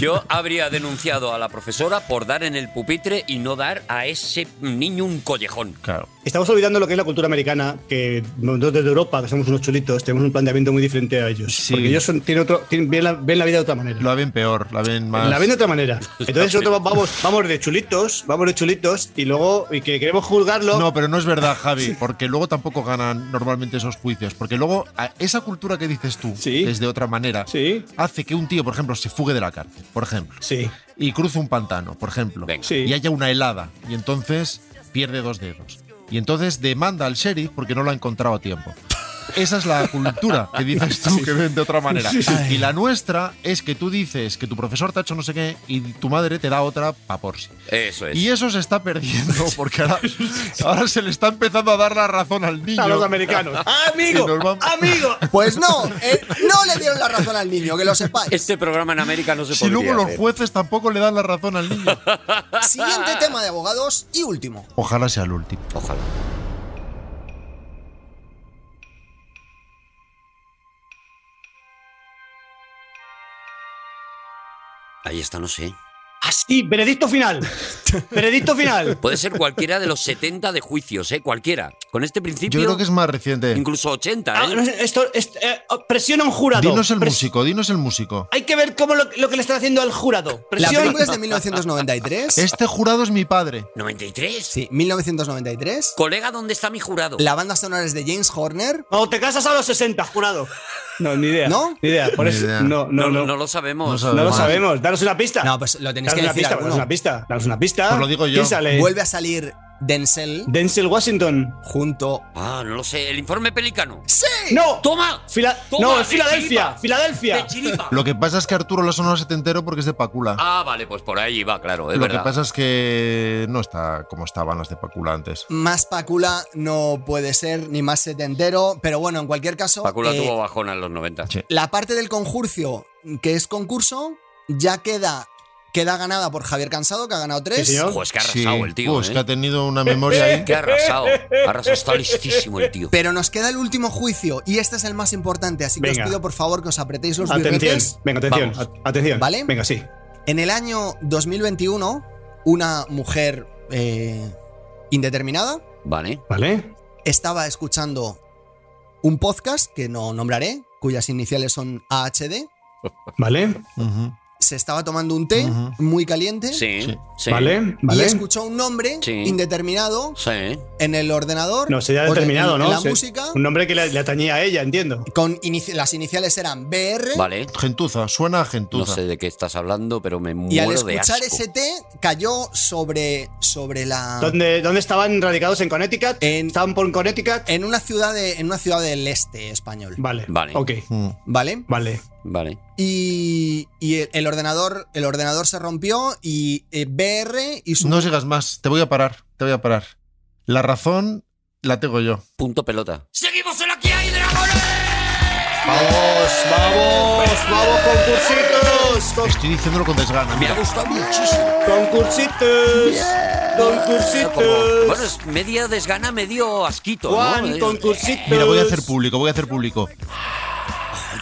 Yo habría denunciado a la profesora por dar en el pupitre y no dar a ese niño un collejón. Claro. Estamos olvidando lo que es la cultura americana, que nosotros desde Europa, que somos unos chulitos, tenemos un planteamiento muy diferente a ellos. Sí. Porque ellos son- tienen otro, tienen- ven, la, ven la vida de otra manera. La ven peor, la ven más. La ven de otra manera. Entonces nosotros vamos, vamos de chulitos, vamos de chulitos y luego y que queremos juzgarlo. No, pero no es [LAUGHS] verdad, Javi, porque luego tampoco ganan normalmente esos juicios. Porque luego a- esa cultura que dices tú, Sí. que es de otra manera, Sí, hace que un tío, por ejemplo, se fugue de la cárcel, por ejemplo, sí, y cruce un pantano, por ejemplo, Venga. Sí. y haya una helada, y entonces pierde dos dedos. Y entonces demanda al sheriff porque no lo ha encontrado a tiempo. Esa es la [LAUGHS] cultura que dices tú que ven de otra manera. Y la nuestra es que tú dices que tu profesor te ha hecho no sé qué y tu madre te da otra pa' por sí. Eso es. Y eso se está [LAUGHS] perdiendo porque ahora, ahora se le está empezando a dar la razón al niño. a los americanos. Ah, ¡Amigo! Y nos vamos- ¡Amigo! Pues no, eh, no le dieron la razón al niño, que lo sepáis. Este programa en América no se Si podría luego los hacer. jueces tampoco le dan la razón al niño. Siguiente tema de abogados y último. [LAUGHS] Ojalá sea el último. Ojalá. Ahí está, no sé. Así, veredicto final. Veredicto final. Puede ser cualquiera de los 70 de juicios, ¿eh? Cualquiera. Con este principio, Yo creo que es más reciente. incluso 80, Ah, ¿eh? no sé, esto, esto, eh, presiona a un jurado. Dinos el Pres- músico, dinos el músico. Hay que ver cómo lo, lo que le están haciendo al jurado. La Presión. película es de 1993. Este jurado es mi padre. ¿93? Sí, 1993. Colega, ¿dónde está mi jurado? La banda sonora es de James Horner. Cuando te casas a los 60, jurado. No, ni idea. ¿No? Ni idea. Por Ni eso. idea. No, no, no, no. lo sabemos. No No lo Además. sabemos. Danos una pista. No, pues lo tenéis danos que una decir pista, alguno. danos una pista. Danos una pista. Pues lo digo yo. ¿Quién sale? Vuelve a salir Denzel Denzel Washington. junto. Ah, no lo sé. El informe pelícano. ¡Sí! ¡No! ¡Toma! Fila- Toma, no, de es Filadelfia. chiripa. Filadelfia. ¡De chiripa! Lo que pasa es que Arturo lo sonó setentero porque es de Pacula. Ah, vale, pues por ahí va, claro, es lo verdad. que pasa es que no está como estaban las de Pacula antes. Más Pacula no puede ser, ni más setentero, pero bueno, en cualquier caso, Pacula eh, tuvo bajona en los 90. Sí. la parte del conjurcio, que es concurso, ya queda, queda ganada por Javier Cansado, que ha ganado tres. Sí, señor. Ojo, es que ha arrasado el tío. Pues ¿eh? que ha tenido una [LAUGHS] memoria ahí. Que ha arrasado. Ha arrasado, está listísimo el tío. Pero nos queda el último juicio, y este es el más importante, así que Venga. os pido por favor que os apretéis los Atención. birretes. Venga, atención. Vamos. a- Atención. ¿Vale? Venga, sí. En el año 2021, una mujer eh, indeterminada Vale. ¿Vale? estaba escuchando un podcast que no nombraré, cuyas iniciales son AHD. ¿Vale? Ujú. Se estaba tomando un té Ujú. muy caliente Sí, Sí. sí. ¿Vale? y ¿Vale? escuchó un nombre Sí. indeterminado Sí. en el ordenador. No, sería o en- determinado, en ¿no? la Se- música, Un nombre que le, le atañía a ella, entiendo. con inici- las iniciales eran BR. Vale. Gentuza, suena a gentuza. No sé de qué estás hablando, pero me muero Y al de escuchar asco. ese té, cayó sobre, sobre la. ¿Dónde, ¿Dónde estaban radicados en Connecticut? Ah. En- ¿Estaban por Connecticut? En una, ciudad de, en una ciudad del este español. Vale. Vale. Ok. Mm. ¿Vale? Vale. Vale. Y, y el, el ordenador, el ordenador se rompió y eh, BR y su Pues No sigas más, te voy a parar, te voy a parar. La razón La tengo yo. Punto pelota. ¡Seguimos en la que hay, dragones! Vamos, vamos, vamos, concursitos. con- Estoy diciéndolo con desgana. Me ha Mira, gustado muchísimo. concursitos. Como- bueno, Concursitos. es media desgana, medio asquito. ¿no? Juan, Eh, concursitos. mira, voy a hacer público, voy a hacer público.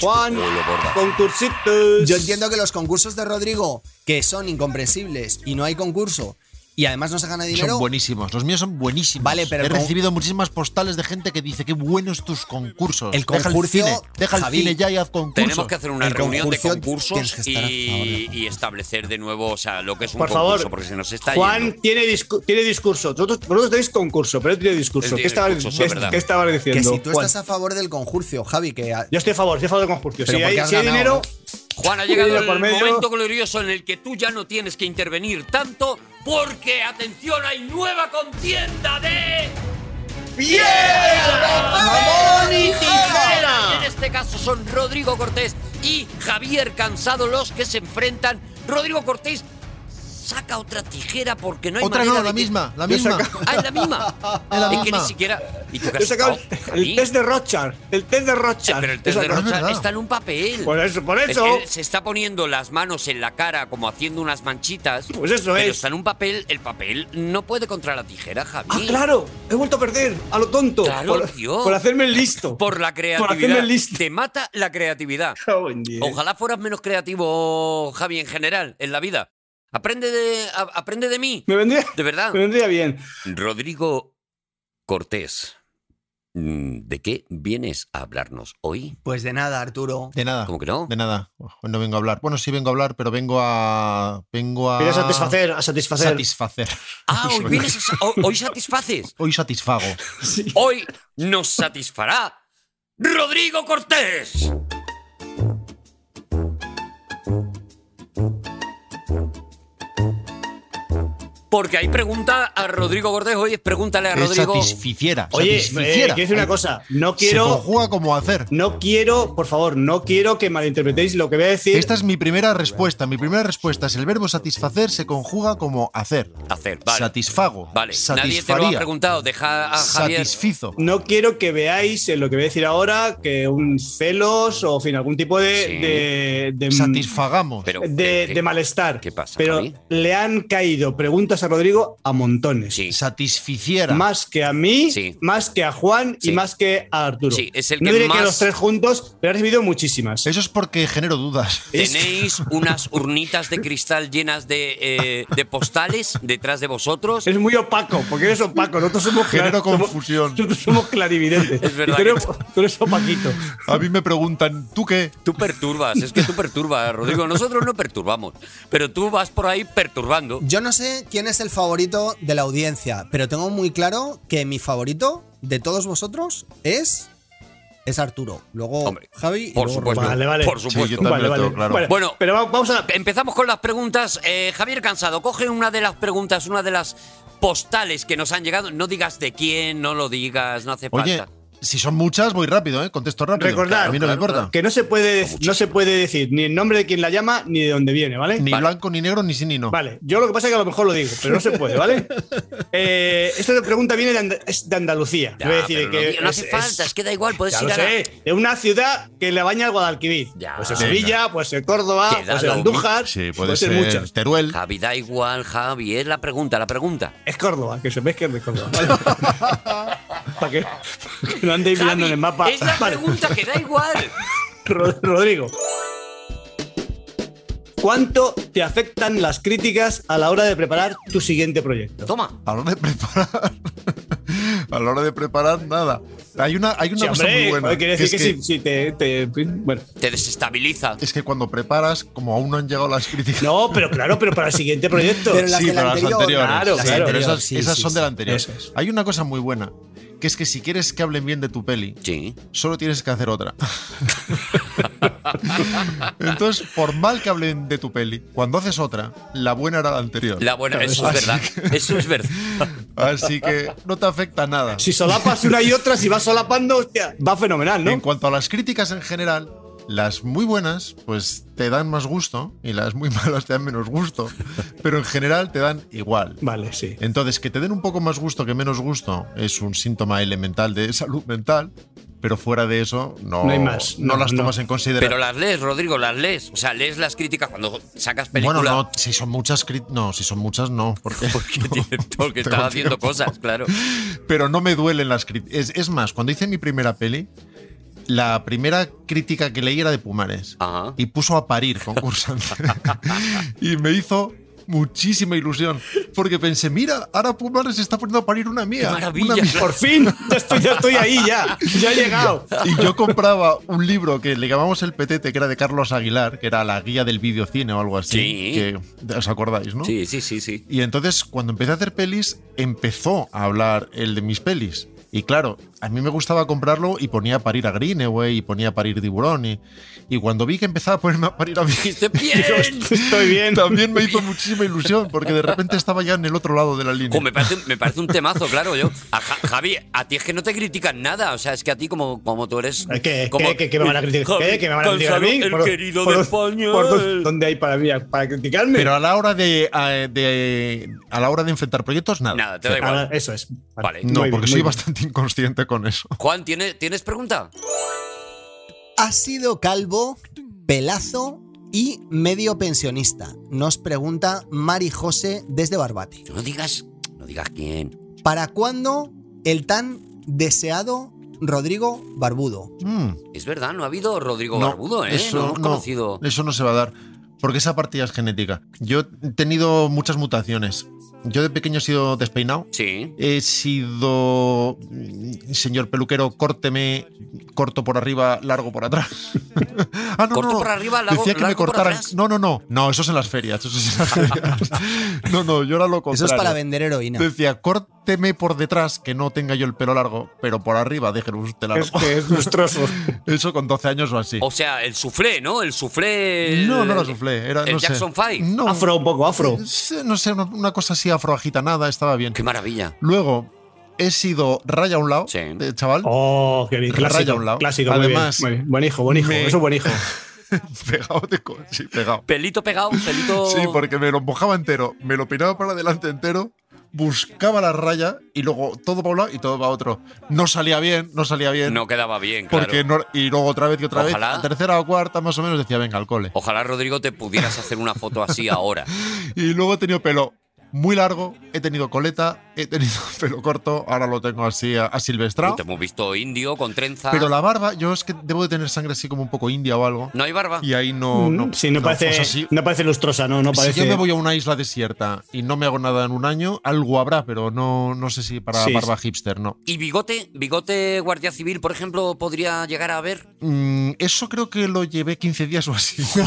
Juan, pueblo, borda. concursitos. Yo entiendo que los concursos de Rodrigo, que son incomprensibles y no hay concurso, y además no se gana dinero, Son buenísimos, los míos son buenísimos. Vale, pero He el con- recibido muchísimas postales de gente que dice qué buenos tus concursos. El deja el concurso, cine, deja el Javi, cine ya y haz concursos. Tenemos que hacer una El reunión de concurso concursos tienes que estar a y, favor. y establecer de nuevo, o sea, lo que es un Por concurso, favor, porque se nos está Juan yendo. tiene, discu- tiene discurso. Vosotros, vosotros tenéis concurso, pero él tiene discurso. Él tiene ¿Qué estabas, discurso, qué- es verdad. qué estabas que diciendo? si tú Juan? estás a favor del concurso, Javi, que a- Yo estoy a favor, estoy a favor del concurso. Pero Si porque hay, has si hay ganado, dinero, Juan, ha llegado Mira, el por medio- momento glorioso en el que tú ya no tienes que intervenir tanto, porque, atención, hay nueva contienda de... ¡Mamón y Y en este caso son Rodrigo Cortés y Javier Cansado los que se enfrentan. Rodrigo Cortés saca otra tijera porque no hay Otra manera no, de la que- misma, la Yo he misma. sacado- Ah, es la misma. [LAUGHS] Es la que ni misma. siquiera. ¿Y tú qué he has sacado sacado, el Oh, Javi? test de Rothschild. El test de Eh, Rothschild. Pero el test He de sacado- es Rocha verdad. está en un papel. Por eso, por Es eso. que él se está poniendo las manos en la cara como haciendo unas manchitas. Pues eso Pero es. está en un papel. El papel no puede contra la tijera, Javi. Ah, claro, he vuelto a perder, a lo tonto. Claro, por, tío. por hacerme el listo. Por la hacerme creatividad. el listo. Te mata la creatividad. Cago en diez. Ojalá fueras menos creativo, Javi, en general, en la vida. Aprende de, a- aprende de mí, Me vendría, de verdad. me vendría bien. Rodrigo Cortés, mm, ¿de qué vienes a hablarnos hoy? Pues de nada, Arturo. De nada. ¿Cómo que no? De nada. No vengo a hablar. Bueno, sí vengo a hablar, pero vengo a. Vengo a. Voy a satisfacer, a satisfacer. Satisfacer. Ah, hoy, vienes a sa- ho- hoy satisfaces. Hoy satisfago. Hoy nos satisfará Rodrigo Cortés. Porque hay pregunta a Rodrigo Cortés hoy, es pregúntale a Que [LAUGHS] Rodrigo. satisficiera. Oye, eh, satisficiera. quiero decir una cosa. No Se quiero, conjuga como hacer. no quiero, por favor, no quiero que malinterpretéis lo que voy a decir. Esta es mi primera respuesta. Mi primera respuesta es el verbo satisfacer se conjuga como hacer. Hacer, Ah, vale. Satisfago. Vale, nadie te lo ha Satisfaría. preguntado. Deja a Javier. Satisfizo. No quiero que veáis en lo que voy a decir ahora que un celos o, en fin, algún tipo de, Sí. de, de- Satisfagamos. Em, Pero, eh, de- ¿qué- de malestar. qué pasa, Pero Javi? le han caído preguntas a Rodrigo a montones. Sí, Satisficiera. Más que a mí, Sí. más que a Juan Sí. y más que a Arturo. Sí, es el no que diré más- que los tres juntos, pero he recibido muchísimas. ¿eh? Eso es porque genero dudas. tenéis unas urnitas de cristal llenas de, eh, de postales detrás de vosotros. Es muy opaco, porque eres opaco. Nosotros somos, clar- Genero somos- confusión. Nosotros somos clarividentes. Es verdad Y tú, eres, tú eres opaquito. A mí me preguntan, ¿tú qué? Tú perturbas, es que tú [LAUGHS] perturbas, Rodrigo. Nosotros no perturbamos, pero tú vas por ahí perturbando. Yo no sé quién es el favorito de la audiencia, pero tengo muy claro que mi favorito de todos vosotros es es Arturo. Luego Hombre, Javi y por luego supuesto. Rodrigo. Vale, vale. Por Sí, yo supuesto. también Vale, lo vale. tengo claro. Bueno. pero va- vamos a la. Empezamos con las preguntas. Eh, Javier Cansado, coge una de las preguntas, una de las postales que nos han llegado. No digas de quién, no lo digas, no hace Oye, falta. si son muchas, voy rápido, ¿eh? Contesto rápido. Recordad, a mí no me claro, importa. Que no se, puede, no se puede decir ni el nombre de quien la llama ni de dónde viene, ¿vale? Ni Vale. blanco, ni negro, ni sí, ni no. Vale, yo lo que pasa es que a lo mejor lo digo, pero no se [LAUGHS] puede, ¿vale? Eh, esta pregunta viene de, Anda- es de Andalucía. Ya, Voy a decir pero no, que diga- no es- hace falta, es, que da igual, puedes ya ir lo a la- sé, de una ciudad que la baña el Guadalquivir. Ya. pues en Venga. Sevilla, pues en Córdoba, Que da pues en lo Andújar. Sí, puede, puede ser, muchas. Teruel. Javi, da igual, Javi, es la pregunta, la pregunta. Es Córdoba, que sepáis que es [LAUGHS] de Córdoba. ¿vale? Para que, para que no andéis mirando en el mapa. Es la Vale, pregunta que da igual. [LAUGHS] Ro- Rodrigo. ¿Cuánto te afectan las críticas a la hora de preparar tu siguiente proyecto? Toma. A la hora de preparar. [LAUGHS] a la hora de preparar, nada. Hay una, hay una Sí, cosa hombre, muy buena. joder, quiere que decir es que, que- si, si te, te- Bueno. Te desestabiliza. es que cuando preparas, como aún no han llegado las críticas. No, pero claro, pero para el siguiente proyecto. Pero la- sí, del pero las anterior, anteriores. claro, sí, claro. pero esas, Sí, esas sí, son de sí. las anteriores. Eso es. Hay una cosa muy buena, que es que si quieres que hablen bien de tu peli, Sí. solo tienes que hacer [LAUGHS] otra. Entonces, por mal que hablen de tu peli, cuando haces otra, la buena era la anterior. La buena, eso es Así verdad. Eso es verdad. [LAUGHS] Así que no te afecta nada. Si solapas una y otra, si vas solapando, hostia, va fenomenal, En ¿no? cuanto a las críticas en general, Las muy buenas, pues te dan más gusto y las muy [LAUGHS] malas te dan menos gusto, pero en general te dan igual. Vale, sí. Entonces, que te den un poco más gusto que menos gusto es un síntoma elemental de salud mental, pero fuera de eso no, No hay más. no No, las no. tomas en consideración. Pero las lees, Rodrigo, las lees. O sea, lees las críticas cuando sacas películas. Bueno, no, si son muchas, crit- no, si son muchas, no. Porque, [LAUGHS] [LAUGHS] Porque, no, tiene- no porque estaba tengo haciendo tiempo. cosas, claro. Pero no me duelen las críticas. Es, es más, cuando hice mi primera peli, la primera crítica que leí era de Pumares. Ajá. Y puso a parir concursante. [LAUGHS] y me hizo muchísima ilusión. Porque pensé, mira, ahora Pumares está poniendo a parir una mía. ¡Qué maravilla! una mía". Por [LAUGHS] fin, ya estoy, ya estoy ahí, ya. Ya he llegado. Y yo compraba un libro que le llamamos El Petete, que era de Carlos Aguilar, que era la guía del videocine o algo así. Sí. Que, ¿Os acordáis, no? Sí, sí, sí, sí. Y entonces, cuando empecé a hacer pelis, empezó a hablar el de mis pelis. Y claro, a mí me gustaba comprarlo y ponía a parir a Greenaway y ponía a parir Tiburón. Y, y cuando vi que empezaba a ponerme a parir a mí, [LAUGHS] [LAUGHS] Dijiste, bien. Estoy bien. también me hizo muchísima ilusión, porque de repente estaba ya en el otro lado de la línea. Jo, me, parece, me parece un temazo, claro. Yo, A Ja- Javi, a ti es que no te critican nada. O sea, es que a ti, como, como tú eres. ¿Qué? como- ¿Qué? ¿Qué? ¿Qué me van a criticar? Javi ¿Qué? ¿Qué me van a criticar a Cansado, mí? El ¿Por- querido por- de España. por dó- ¿Dónde hay para mí para criticarme? Ah, Pero a la hora de, a, de- a la hora de enfrentar proyectos, nada. Nada, te da Ah, igual. eso es. Vale. No, Muy bien, porque muy soy bien. bastante inconsciente con eso. Juan, ¿tiene- ¿tienes pregunta? Ha sido calvo, pelazo y medio pensionista. Nos pregunta Mari José desde Barbate. No digas, no digas quién. ¿Para cuándo el tan deseado Rodrigo Barbudo? [LAUGHS] Mm. Es verdad, no ha habido Rodrigo No, Barbudo, ¿eh? no hemos conocido. Eso no se va a dar, porque esa partida es genética. Yo he tenido muchas mutaciones. Yo de pequeño he sido despeinado. Sí. He sido, mm, señor peluquero, córteme, corto por arriba, largo [LAUGHS] por atrás. ah, no, Corto no. por arriba, largo- Decía que me largo por cortaran. atrás. No, no, no. No, eso es en las ferias. Eso es en las [LAUGHS] ferias. [LAUGHS] no, no, yo era lo contrario. Pues, Eso es para vender heroína. Decía, córteme por detrás, que no tenga yo el pelo largo, pero por arriba déjelo usted largo. Es que es lustroso. [LAUGHS] Eso con 12 años o así. O sea, el suflé, ¿no? El suflé. No, no lo suflé. Era, el no sé. Jackson Five. No, Afro, un poco afro. Sí, No sé, una, una cosa así afroagitanada, estaba bien. Qué maravilla. Luego, he sido raya a un lado, Sí. de chaval. Oh, qué bien. Raya Clásico. a un lado. Clásico, muy bien, Además, muy bien. Buen hijo, buen hijo. me- Es un buen hijo. [LAUGHS] Pegado de co- sí, pegado. Pelito pegado, pelito. [LAUGHS] Sí, porque me lo mojaba entero, me lo pinaba para adelante entero, buscaba la raya y luego todo para un lado y todo para otro. No salía bien, no salía bien. No quedaba bien, claro. porque no- y luego otra vez y otra Ojalá. vez. La tercera o cuarta, más o menos, decía, venga, al cole. Ojalá, Rodrigo, te pudieras hacer una foto así [LAUGHS] ahora. Y luego he tenido pelo muy largo, he tenido coleta, he tenido [LAUGHS] pelo corto, ahora lo tengo así a, silvestrado. Te hemos visto indio, con trenza. Pero la barba, yo es que debo de tener sangre así como un poco india o algo. ¿No hay barba? Y ahí [LAUGHS] no. no Mm, sí, no, no, parece, o sea, sí. no parece lustrosa, no, no parece. Si yo me voy a una isla desierta y no me hago nada en un año, algo habrá, pero no, no sé si para Sí. barba hipster, no. ¿Y bigote? ¿Bigote guardia civil, por ejemplo, podría llegar a haber? Mm, eso creo que lo llevé 15 días o así. [LAUGHS]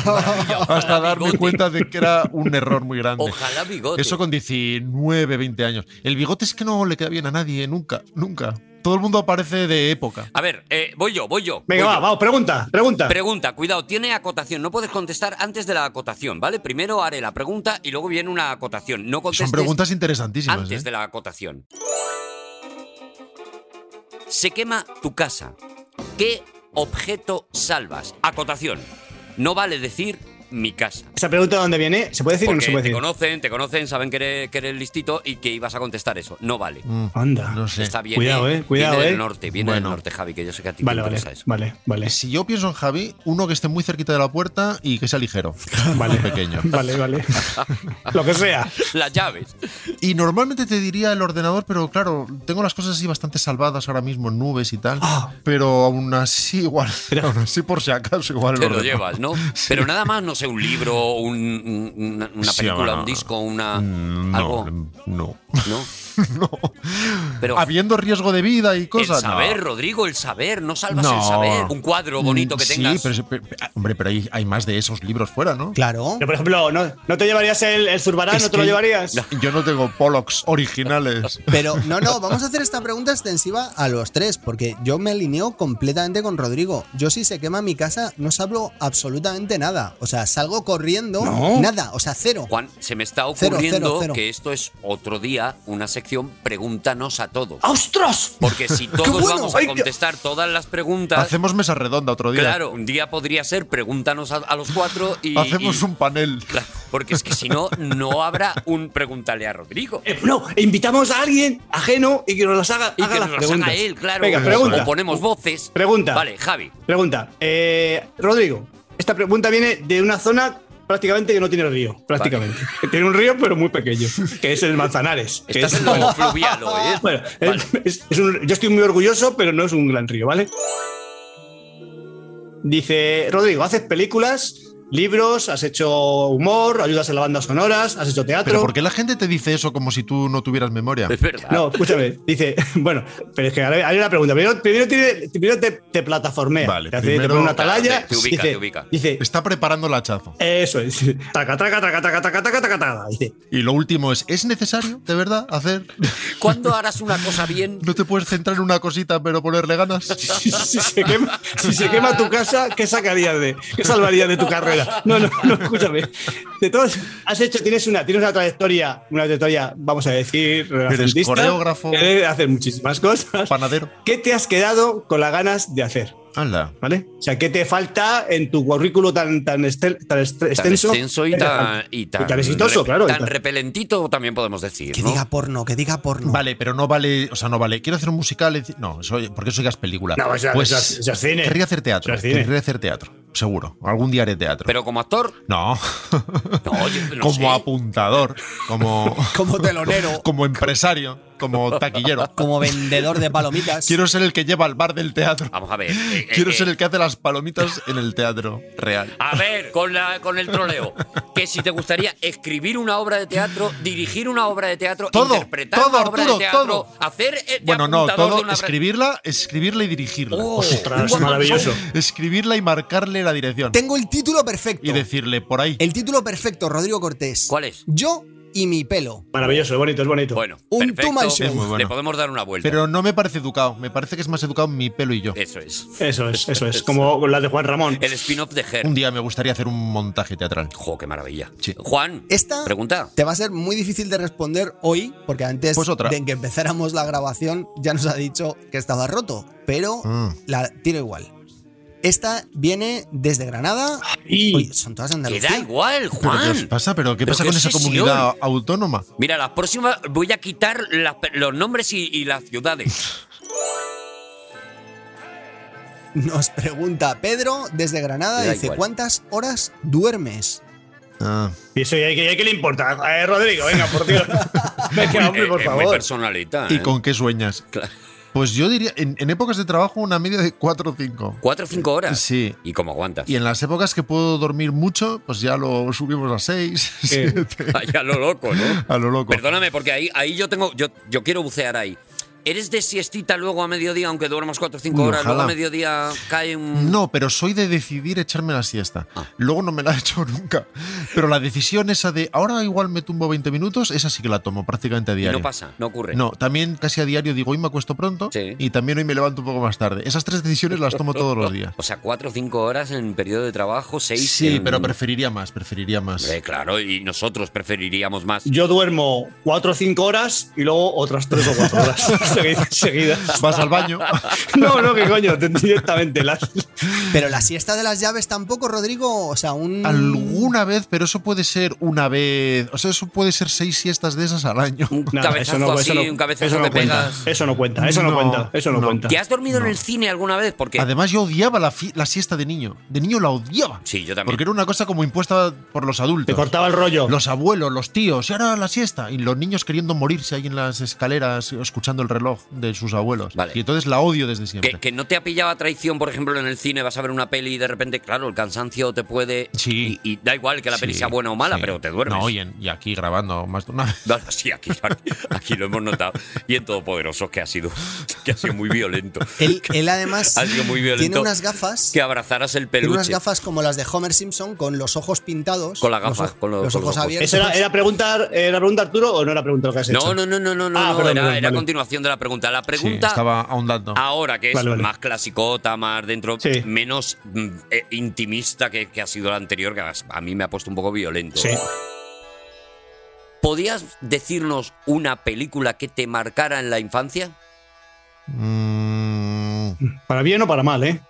hasta darme bigote. cuenta de que era un error muy grande. Ojalá bigote. Eso con 19, 20 años. El bigote es que no le queda bien a nadie, nunca, nunca. Todo el mundo aparece de época. A ver, eh, voy yo, voy yo. Venga, voy va, yo. vamos, pregunta, pregunta. Pregunta, cuidado, tiene acotación. No puedes contestar antes de la acotación, ¿vale? Primero haré la pregunta y luego viene una acotación. No contestes Son preguntas interesantísimas. antes ¿eh? de la acotación. Se quema tu casa. ¿Qué objeto salvas? Acotación. No vale decir mi casa. Esa pregunta de dónde viene, ¿se puede decir o no Porque se puede te decir? conocen, te conocen, saben que eres, que eres listito y que ibas a contestar eso. No vale. Mm, Anda. no sé. Está bien. Cuidado, eh, cuidado, viene del eh. norte, viene del Bueno. norte, Javi, que yo sé que a ti Vale, te vale, interesa eso. vale, vale, Eh, Si yo pienso en Javi, uno que esté muy cerquita de la puerta y que sea ligero. [LAUGHS] Vale. Pequeño. [LAUGHS] vale, [LAUGHS] vale. Lo que sea. [LAUGHS] Las llaves. Y normalmente te diría el ordenador, pero claro, tengo las cosas así bastante salvadas ahora mismo en nubes y tal. Ah. Pero aún así, igual. [LAUGHS] Aún así, por si acaso, igual. el Te lo ordenador. [LAUGHS] llevas, ¿no? Pero nada más, no sé, un libro, un- un- una, una Sí, película, bueno, un disco, una. Mm, No, algo. [LAUGHS] no. ¿No? [LAUGHS] No. Pero. Habiendo riesgo de vida y el cosas. no. saber, Rodrigo, el saber, no salvas el No. saber. Un cuadro bonito Mm, que tengas. Sí, pero, pero- ah, hombre, pero hay, hay más de esos libros fuera, ¿no? [LAUGHS] Claro. Pero, por ejemplo, ¿no, ¿no te llevarías el, el Zurbarán? Es ¿No te lo que- llevarías? [LAUGHS] Yo no tengo Pollocks [LAUGHS] originales. Pero no, no, vamos a hacer esta pregunta extensiva a los tres, porque yo me alineo completamente con Rodrigo. Yo si se quema mi casa no salgo absolutamente nada. O sea, salgo corriendo, No. nada, o sea, cero. Juan, se me está Cero, ocurriendo cero, cero. que esto es otro día, una sección Pregúntanos a todos. ¡Ostras! Porque [LAUGHS] si todos bueno! vamos ¡Ay, a qué- contestar todas las preguntas, Hacemos mesa redonda otro día. claro, un día podría ser Pregúntanos a, a los cuatro y... Hacemos y- un panel. [LAUGHS] Claro, Porque es que si no, no habrá un Pregúntale a Rodrigo. Eh, no, e invitamos a alguien ajeno y que nos las haga, Y haga que las nos las preguntas. haga él, claro. Venga, O pregunta. ponemos voces. Pregunta. Vale, Javi. Pregunta. Eh, Rodrigo, esta pregunta viene de una zona prácticamente que no tiene río. Prácticamente. Que tiene un río, pero muy pequeño. Que es el Manzanares. que Estás es- en [LAUGHS] lo fluvial hoy, ¿eh? [LAUGHS] Bueno, Vale. es- es un- yo estoy muy orgulloso, pero no es un gran río, ¿vale? Dice, Rodrigo, haces películas, libros, has hecho humor, ayudas en las bandas sonoras, has hecho teatro. Pero ¿por qué la gente te dice eso como si tú no tuvieras [LAUGHS] memoria? Es verdad. No, escúchame. Dice, [LAUGHS] bueno, pero es que ahora hay una pregunta. Primero, primero tiene- primero te, te plataformea. Vale, te, hace, te primero- pone una atalaya. Te- te ubica, dice, te ubica. Dice, Está preparando el hachazo. eso es. Taca, taca, taca, taca, taca, taca, taca, taca. Dice, Y lo último es, ¿es necesario, de verdad, hacer? [LAUGHS] ¿Cuándo harás una cosa bien? ¿No te puedes centrar en una cosita pero [LAUGHS] ponerle ganas? si, si se quema, si se quema tu casa, ¿qué sacarías de? ¿Qué salvarías de tu carrera? No, no, no, escúchame. De todos, has hecho, tienes una, tienes una trayectoria, una trayectoria, vamos a decir, renacentista. coreógrafo. Quieres hacer muchísimas cosas. Panadero. ¿Qué te has quedado con las ganas de hacer? Anda. ¿Vale? O sea, ¿qué te falta en tu currículo tan, tan, estel- tan est- Tan extenso? extenso y ¿Qué te tan, falta? y tan, Y tan exitoso, rep- claro. y Tan tal. repelentito también podemos decir. Que ¿no? diga porno, que diga porno. Vale, pero no vale, o sea, no vale. Quiero hacer un musical, es decir, no, eso- porque eso ya es película. No, eso- pues eso es- eso es cine. Querría hacer teatro, Eso es cine. querría hacer teatro, seguro. Algún día haré teatro. Pero como actor, no. No, yo no como sé. apuntador, como Como telonero. [LAUGHS] como empresario, como taquillero. Como vendedor de palomitas. Quiero ser el que lleva al bar del teatro. vamos [GASPS] a ver. eh, eh, Quiero eh, ser el que hace las palomitas en el teatro real. A ver, con, la, con el troleo. [LAUGHS] Que si te gustaría escribir una obra de teatro, dirigir una obra de teatro, Todo, interpretar todo, una obra Arturo, de teatro, todo. hacer. eh, de Bueno, no, apuntador de todo una obra- escribirla, escribirla y dirigirla. Oh, Ostras, maravilloso. [LAUGHS] Escribirla y marcarle la dirección Tengo el título perfecto. y decirle por ahí. El título perfecto, Rodrigo Cortés. ¿Cuál es? Yo y mi pelo. Maravilloso, es bonito, es bonito. Bueno, Un two-man perfecto. show. Es muy bueno. Le podemos dar una vuelta. Pero no me parece educado, me parece que es más educado mi pelo y yo. Eso es. Eso es, eso es. Como con las de Juan Ramón. El spin-off de Her. Un día me gustaría hacer un montaje teatral. Jo, qué maravilla. Sí. Juan, Esta pregunta. te va a ser muy difícil de responder hoy, porque antes Pues otra. de que empezáramos la grabación ya nos ha dicho que estaba roto, pero Mm. la tiro igual. Esta viene desde Granada. Oye, son todas Que Andalucía. da igual, ¿Pero Juan. qué os pasa? ¿Pero qué ¿Pero pasa qué con esa obsesión? comunidad autónoma? Mira, la próxima voy a quitar las pe- los nombres y, y las ciudades. Nos pregunta Pedro desde Granada. Le da Dice, igual. ¿cuántas horas duermes? Ah, Y eso ya hay que, ya hay que le importa. Eh, Rodrigo, venga, por Dios. [LAUGHS] Venga, hombre, Eh, por es muy favor. personalita. ¿Y ¿eh? con qué sueñas? Claro. Pues yo diría, en, en épocas de trabajo, una media de 4 o 5. Cuatro o cinco horas. Sí. ¿Y cómo aguantas? Y en las épocas que puedo dormir mucho, pues ya lo subimos a [LAUGHS] 6, Eh, 7, [LAUGHS] Vaya lo loco, [LAUGHS] ¿no? a lo loco. Perdóname, porque ahí, ahí yo tengo. Yo, yo quiero bucear ahí. ¿Eres de siestita luego a mediodía, aunque duermas cuatro o cinco Uy, horas? Luego a ojalá. mediodía cae un. No, pero soy de decidir echarme la siesta. Ah. Luego no me la he hecho [LAUGHS] nunca. Pero la decisión esa de ahora igual me tumbo 20 minutos, esa sí que la tomo prácticamente a y diario. no pasa, no ocurre. No, también casi a diario digo hoy me acuesto pronto Sí. y también hoy me levanto un poco más tarde. Esas tres decisiones las tomo todos los días. O sea, cuatro o cinco horas en periodo de trabajo, [LAUGHS] seis. Sí, en- pero preferiría más, preferiría más. Hombre, claro, y nosotros preferiríamos más. [LAUGHS] Yo duermo 4 o 5 horas y luego otras 3 o 4 horas [LAUGHS] seguidas. seguidas. Vas al baño. [LAUGHS] No, no, que coño, directamente las. Pero la siesta de las llaves tampoco, Rodrigo. O sea, un... Alguna vez, pero eso puede ser una vez. O sea, eso puede ser seis siestas de esas al año. [LAUGHS] Un Nada, cabezazo así, un cabezazo eso no que cuenta, pegas. Eso no cuenta, eso no, No, cuenta, eso no, no. cuenta. ¿Te has dormido en el cine alguna vez? Porque. Además, yo odiaba la, fi- la siesta de niño. De niño la odiaba. Sí, yo también. Porque era una cosa como impuesta por los Te adultos. cortaba el rollo. Los abuelos, los tíos, y ahora la siesta. Y los niños queriendo morirse ahí en las escaleras, escuchando el reloj de sus abuelos. Vale. Y entonces la odio desde siempre. Que, que no te ha pillado a traición, por ejemplo, en el cine, vas a ver una peli y de repente, claro, el cansancio te puede. Sí. Y, y da igual que la peli Sí, sea buena o mala, sí. pero te duermes. No, [LAUGHS] oye, y, aquí grabando más de una vez. No, no, sí, aquí, aquí, aquí lo hemos notado. Y en Todopoderosos, que ha sido, que ha sido muy violento. Él, él además Ha sido muy violento. tiene unas gafas. Que abrazaras el Tiene unas peluche. gafas como las de Homer Simpson con los ojos pintados. Con las los gafas, oj- con los- los con los ojos ojos. abiertos. ¿Esa era, era pregunta, ¿Era pregunta Arturo o no era pregunta lo que has hecho? No, no, no, no, no, no, Ah, no, perdón, era, perdón, era vale. continuación de la pregunta. La [LAUGHS] Sí, pregunta estaba ahondando. ahora, que es Vale, vale. más clasicota, más dentro, Sí. menos mm, eh, intimista que, que ha sido la anterior, que a a mí me ha puesto un poco violento. Sí. ¿Podías decirnos una película que te marcara en la infancia? Mm, Para bien o para mal, ¿eh?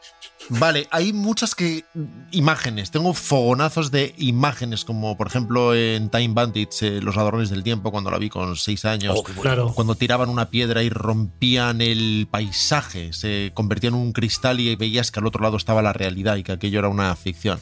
Vale, hay muchas que imágenes. Tengo fogonazos de imágenes, como por ejemplo en Time Bandits, eh, Los Ladrones del Tiempo, cuando la vi con seis años. Oh, qué bueno. Claro. Cuando tiraban una piedra y rompían el paisaje, se convertían en un cristal y veías que al otro lado estaba la realidad y que aquello era una ficción.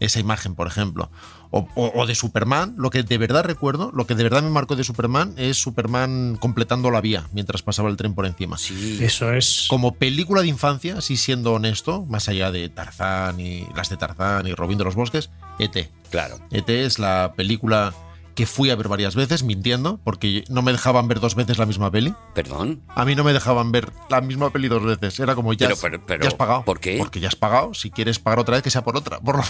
Esa imagen, por ejemplo. O, o- o de Superman, lo que de verdad recuerdo, lo que de verdad me marcó de Superman es Superman completando la vía mientras pasaba el tren por encima. Sí. Eso es. Como película de infancia, sí siendo honesto, más allá de Tarzán y las de Tarzán y Robin de los Bosques, E ET. Claro. ET es la película que fui a ver varias veces, mintiendo, porque no me dejaban ver dos veces la misma peli. Perdón. A mí no me dejaban ver la misma peli dos veces. Era como ya, Pero, has- pero, pero, ya has pagado. ¿por qué? Porque ya has pagado. Si quieres pagar otra vez, que sea por otra. [LAUGHS] Por lo-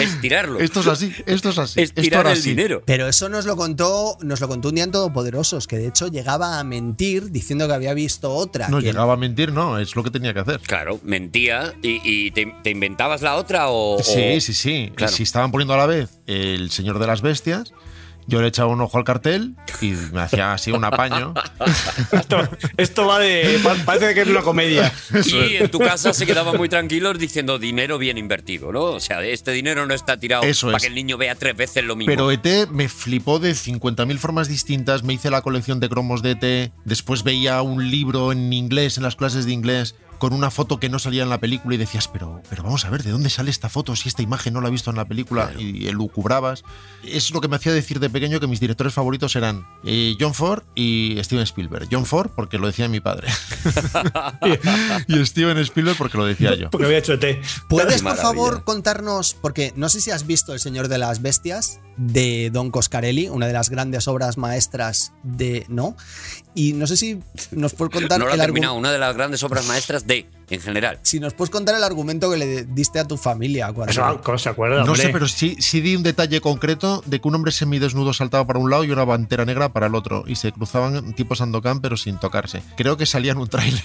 Estirarlo. [LAUGHS] esto es así. Esto es así. esto Estirar era el así. dinero. Pero eso nos lo contó, nos lo contó un día en Todopoderosos, que de hecho llegaba a mentir diciendo que había visto otra. No que- llegaba a mentir, no. Es lo que tenía que hacer. Claro, mentía y, y te, te inventabas la otra o... o- Sí, sí, sí. Claro. Si estaban poniendo a la vez El Señor de las Bestias, yo le echaba un ojo al cartel y me hacía así un [LAUGHS] apaño. Esto, esto va de. pa- Parece que es una [LAUGHS] comedia. Y en tu casa se quedaban muy tranquilos diciendo dinero bien invertido, ¿no? O sea, este dinero no está tirado Eso para es. que el niño vea tres veces lo mismo. Pero ET me flipó de 50.000 formas distintas. Me hice la colección de cromos de ET. Después veía un libro en inglés, en las clases de inglés, con una foto que no salía en la película y decías, pero, pero vamos a ver, ¿de dónde sale esta foto si esta imagen no la he visto en la película? Y elucubrabas. Es lo que me hacía decir de pequeño que mis directores favoritos eran eh, John Ford y Steven Spielberg. John Ford porque lo decía mi padre. [LAUGHS] y Steven Spielberg porque lo decía yo. Porque había hecho E ET. Qué ¿Puedes, por maravilla. favor, contarnos, porque no sé si has visto El Señor de las Bestias de Don Coscarelli, una de las grandes obras maestras de. ¿No? Y no sé si nos puedes contar no lo ha el argu- terminado, una de las grandes obras maestras de, en general. Si nos puedes contar el argumento que le diste a tu familia cuando. Eso, ¿cómo se acuerda? No hombre? sé, pero sí, sí di un detalle concreto de que un hombre semidesnudo saltaba para un lado y una bandera negra para el otro. Y se cruzaban tipo Sandokan, pero sin tocarse. Creo que salía en [LAUGHS] un tráiler.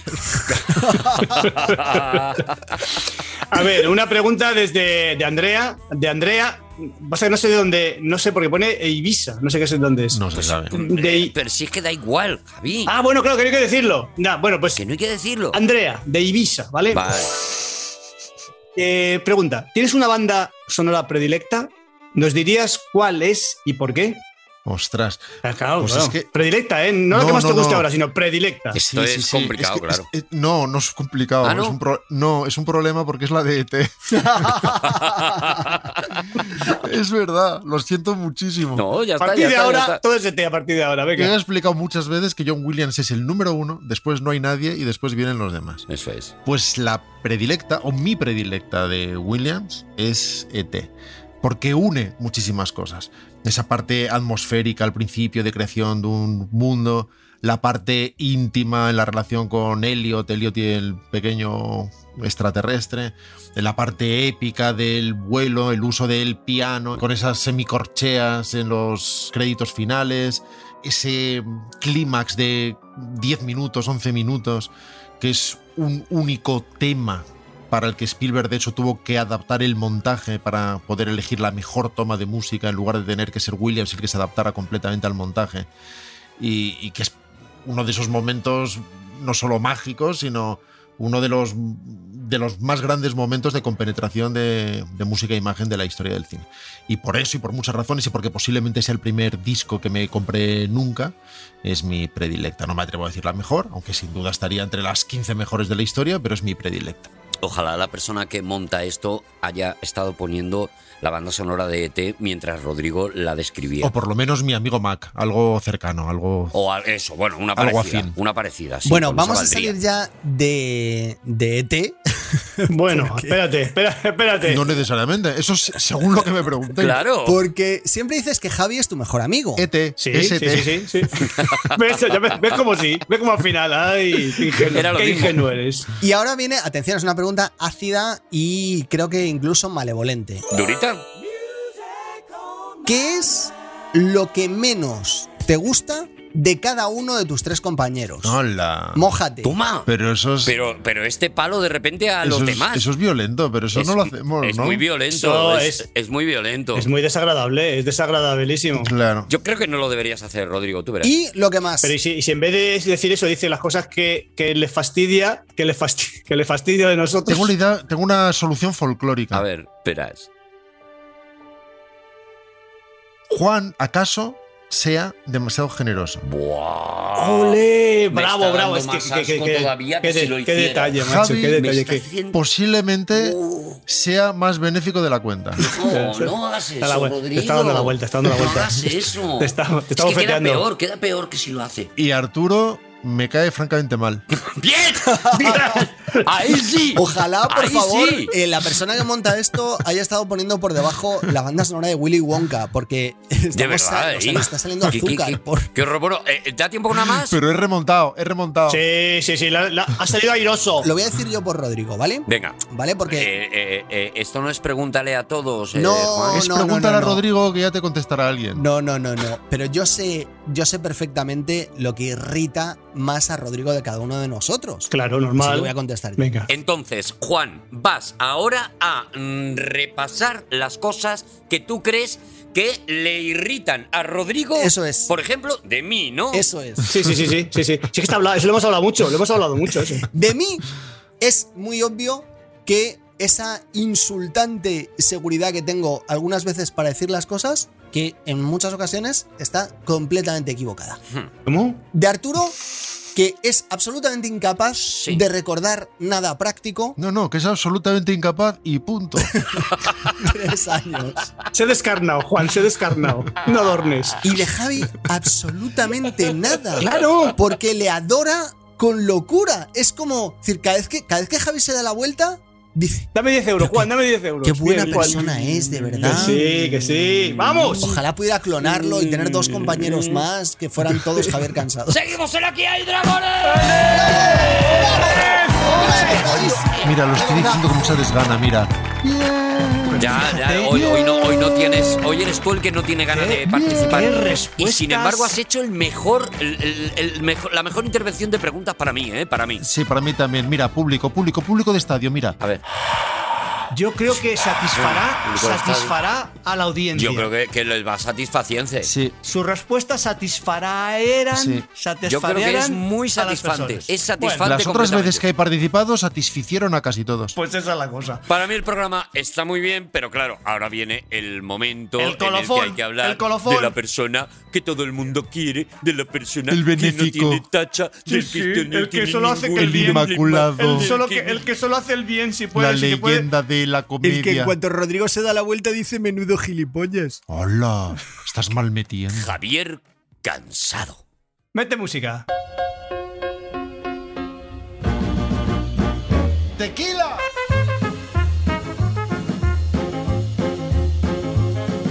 A ver, una pregunta desde de Andrea. De Andrea. Pasa que no sé de dónde. No sé, porque pone Ibiza. No sé qué es dónde es. No se sabe. De- Pero si es que da igual, Javi. Ah, bueno, claro, que no hay que decirlo. Nah, bueno, pues Que no hay que decirlo. Andrea, de Ibiza, ¿vale? Vale. Eh, pregunta, ¿tienes una banda sonora predilecta? ¿Nos dirías cuál es y por qué? Ostras. Ah, Claro, Pues claro. es que- Predilecta, ¿eh? No, la No, que más no, te guste no. ahora, sino predilecta. Esto es complicado, que claro. es- eh, no, no es complicado. ¿Ah, no? Es un pro- no, es un problema porque es la [LAUGHS] de E ET. [LAUGHS] es verdad, lo siento muchísimo. No, ya A está. partir Ya de está, ya ahora, está. todo es de a partir de ahora, Ya he [LAUGHS] venga. explicado muchas veces que John Williams es el número uno, después no hay nadie y después vienen los demás. Eso es. Pues la predilecta o mi predilecta de Williams es ET, porque une muchísimas cosas. Esa parte atmosférica al principio de creación de un mundo, la parte íntima en la relación con Elliot, Elliot y el pequeño extraterrestre, la parte épica del vuelo, el uso del piano, con esas semicorcheas en los créditos finales, ese clímax de 10 minutos, 11 minutos, que es un único tema para el que Spielberg de hecho tuvo que adaptar el montaje para poder elegir la mejor toma de música en lugar de tener que ser Williams el que se adaptara completamente al montaje. Y, y que es uno de esos momentos no solo mágicos, sino uno de los, de los más grandes momentos de compenetración de, de música e imagen de la historia del cine. Y por eso y por muchas razones y porque posiblemente sea el primer disco que me compré nunca, es mi predilecta. No me atrevo a decir la mejor, aunque sin duda estaría entre las 15 mejores de la historia, pero es mi predilecta. Ojalá la persona que monta esto haya estado poniendo la banda sonora de ET mientras Rodrigo la describía. O por lo menos mi amigo Mac, algo cercano, algo... O a- eso, bueno, una Algo parecida. afín. Una parecida. sí, bueno, con eso vamos a valdría. salir ya de, de E ET. Bueno, espérate, espérate, espérate. No necesariamente, eso es según lo que me preguntéis. E Claro. Porque siempre dices que Javi es tu mejor amigo. ET, Sí, es sí, ET. sí, sí, sí. ¿Ves, Ya ves- ves como sí, ves como al final, ay, [LAUGHS] qué ingenuo, Era lo qué mismo. ingenuo eres. Y ahora viene, atención, es una pregunta ácida y creo que incluso malevolente. Durita. ¿Qué es lo que menos te gusta de cada uno de tus tres compañeros. Hola. Mójate. Toma. Pero eso es. Pero, pero este palo de repente a eso los es- demás. eso es violento, pero eso Es- no lo hacemos, Es ¿no? muy violento. Eso es, es- es muy violento. Es muy desagradable, es desagradabilísimo. Claro. Yo creo que no lo deberías hacer, Rodrigo. Tú verás. Y lo que más. Pero y si, y si en vez de decir eso, dice las cosas que, que le fastidia, que le fastidia, que le fastidia de nosotros. Tengo, una idea- tengo una solución folclórica. A ver, verás. Juan, ¿acaso sea demasiado generoso? Buah. ¡Ole! Me Bravo, está bravo. dando Es que, más que- que- asco que- todavía qué que de- si lo qué hiciera. detalle, macho. Javi, qué me detalle. Está que- haciendo- Posiblemente Uh, sea más benéfico de la cuenta. no, no hagas eso, Está la vuel- te Rodrigo. está dando la vuelta, está dando la No vuelta. [LAUGHS] hagas eso. Te está- te está es que queda bofeteando. peor, queda peor que si lo hace. Y Arturo me cae francamente mal. ¡Bien! [LAUGHS] ¡Bien! ¡Ahí sí! Ojalá, por Ahí favor, sí. eh, la persona que monta esto haya estado poniendo por debajo la banda sonora de Willy Wonka, porque estamos De verdad, sal- o ¿eh? sea, le está saliendo ¿Qué- qué- azúcar. qué- por- qué horror. Bueno, eh, ¿da tiempo a una más? Pero he remontado, he remontado. Sí, sí, sí. la- la- ha salido airoso. Lo voy a decir yo por Rodrigo, ¿vale? Venga. ¿Vale? Porque. Eh, eh, eh, esto no es pregúntale a todos, eh, No, Juan. Es no, preguntar no, a no. Rodrigo que ya te contestará alguien. No, no, no, no. Pero yo sé, yo sé perfectamente lo que irrita más a Rodrigo de cada uno de nosotros. Claro, Así que voy a normal. contestar. yo. Venga. Entonces, Juan, vas ahora a mm, repasar las cosas que tú crees que le irritan a Rodrigo. Eso es. Por ejemplo, de mí, ¿no? Eso es. Sí, sí, sí, sí, sí, sí. Sí que está hablado, eso lo hemos hablado mucho, lo hemos hablado mucho. Eso. De mí es muy obvio que esa insultante seguridad que tengo algunas veces para decir las cosas, que en muchas ocasiones está completamente equivocada. ¿Cómo? De Arturo, que es absolutamente incapaz de recordar nada práctico. [LAUGHS] No, no, que es absolutamente incapaz y punto. [LAUGHS] Tres años. Se ha descarnado, Juan, se ha descarnado. No adornes. Y de Javi, absolutamente nada. Claro. Porque le adora con locura. Es como, es decir, cada vez que, cada vez que Javi se da la vuelta, dice, Dame 10 euros, Juan, dame 10 euros. qué buena Bien, Juan. persona es, de verdad. Que sí, que sí. ¡Vamos! Ojalá pudiera clonarlo y tener dos compañeros más que fueran todos Javier Cansado. ¡Seguimos en Aquí hay dragones! Mira, lo estoy diciendo con mucha desgana, mira. Ya, ya, hoy, hoy no, hoy no tienes. Hoy eres tú el que no tiene ganas de participar. Y sin embargo, has hecho el mejor, el- el- el mejor- la mejor intervención de preguntas para mí, ¿eh? Para mí. Sí, para mí también. Mira, público, público, público de estadio, mira. A ver, Yo creo que satisfará, pues, Bueno, satisfará a la audiencia. yo creo que, que les va a satisfaciente. Sí. Su respuesta satisfará eran, Yo Sí. creo que es satisfarían muy a las satisfactorio. personas. Es satisfactorio. Las otras veces que he participado satisficieron a casi todos. Pues esa es la cosa. Para mí el programa está muy bien, pero claro, ahora viene el momento El en el colofón, que hay que hablar el colofón. de la persona que todo el mundo quiere, de la persona El que no benéfico. tiene tacha, del sí, que el no que tiene solo hace que ningún el bien- Inmaculado. problema, El, del solo que que, el que solo hace el bien, si puede, La si que puede. leyenda de la comedia. Rodrigo se da la vuelta dice menudo gilipollas. Hola, estás mal metiendo. Javier cansado. Mete música. ¡Tequila!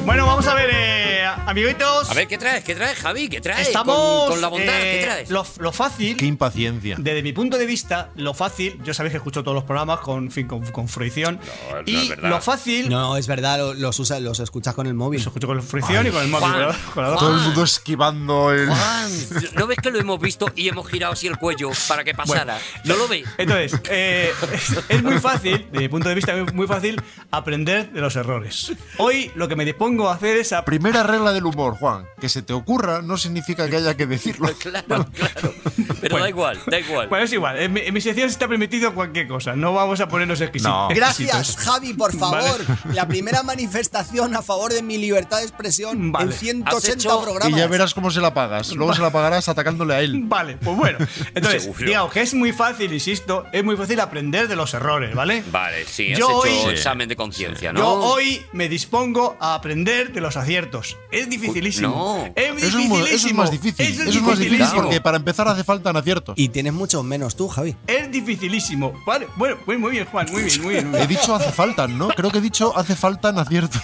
Bueno, vamos a ver, eh, amiguitos. A ver, ¿qué traes? ¿Qué traes, Javi? ¿Qué traes? estamos. con, con la bondad, eh, ¿qué traes? Lo, lo fácil. ¡Qué impaciencia! Desde mi punto de vista, lo fácil, yo sabéis que escucho todos los programas con, en fin, con, con fruición. No, no es y verdad. lo fácil, No, es verdad, lo- los, usa- los escuchas con el móvil. los escucho con fruición y con el móvil, Juan, ¿verdad? Con la- Todo el mundo esquivando el. Juan, ¿no ves que lo hemos visto y hemos girado así el cuello para que pasara? ¿No lo ves? Entonces, eh, [LAUGHS] es, es muy fácil, desde mi punto de vista, es muy fácil aprender de los errores. Hoy lo que me dispongo a hacer es a Primera regla del humor, Juan. Que se te ocurra no significa que haya que [LAUGHS] decirlo. Claro, claro. Pero da igual, da igual. Bueno, es igual. En mi, en mi sección está permitido cualquier cosa. No vamos a ponernos exquisitos. No. Gracias, Javi, por favor. La primera manifestación a favor de mi libertad de expresión Vale. en 180 hecho- Y programas. ya verás cómo se la pagas. Luego se la pagarás atacándole a él. [LAUGHS] Vale, pues bueno. Entonces, Seguro. digamos que es muy fácil, insisto, es muy fácil aprender de los errores, ¿vale? Vale, sí, has Yo hecho hoy- examen de conciencia, ¿no? Yo hoy me dispongo a aprender de los aciertos. Es dificilísimo. no. Es Eso es, mu- dificilísimo. eso es más difícil. Eso Eso es más difícil dificilísimo. porque para empezar hace falta un acierto. Y tienes muchos menos tú, Javi. Es dificilísimo. Vale, bueno, muy, muy bien, Juan. Muy bien, muy bien. muy He bien. dicho hace falta, ¿no? Creo que he dicho hace falta en [LAUGHS] aciertos.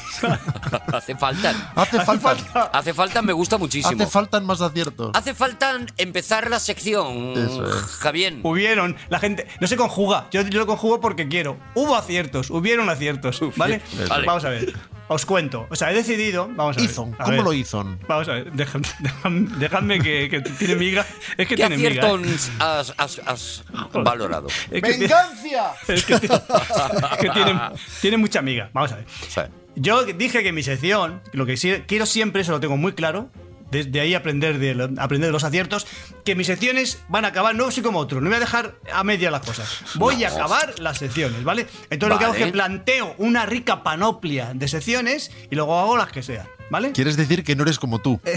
Hace falta. Hace falta. Hace falta, me gusta muchísimo. Hace falta en más aciertos. Hace falta empezar la sección, Eso es. Javier. Hubieron, la gente. No se conjuga. Yo, yo lo conjugo porque quiero. Hubo aciertos, hubieron aciertos. ¿Vale? Vale. Vamos a ver. os cuento. O sea, he decidido. Vamos a ver. Izon, a ¿cómo ver, lo Izon? Vamos a ver, dejad- dejadme, [LAUGHS] dejadme que, que tiene miga. Es ¿Qué que tiene Ah, miga. ¿eh? aciertos has, has- has [LAUGHS] valorado? Es que, tiene, ¡Vengancia! es que tiene- es que tiene- tiene mucha miga. Vamos a ver. O sea, Yo dije que mi sección, lo que sí- quiero siempre, eso lo tengo muy claro, desde ahí aprender de, lo- aprender de los aciertos, que mis secciones van a acabar, no soy como otro, no voy a dejar a media las cosas. Voy a acabar las secciones, ¿vale? Entonces lo que hago es Vale. que planteo una rica panoplia de secciones y luego hago las que sean, ¿vale? Quieres decir que no eres como tú. Eh,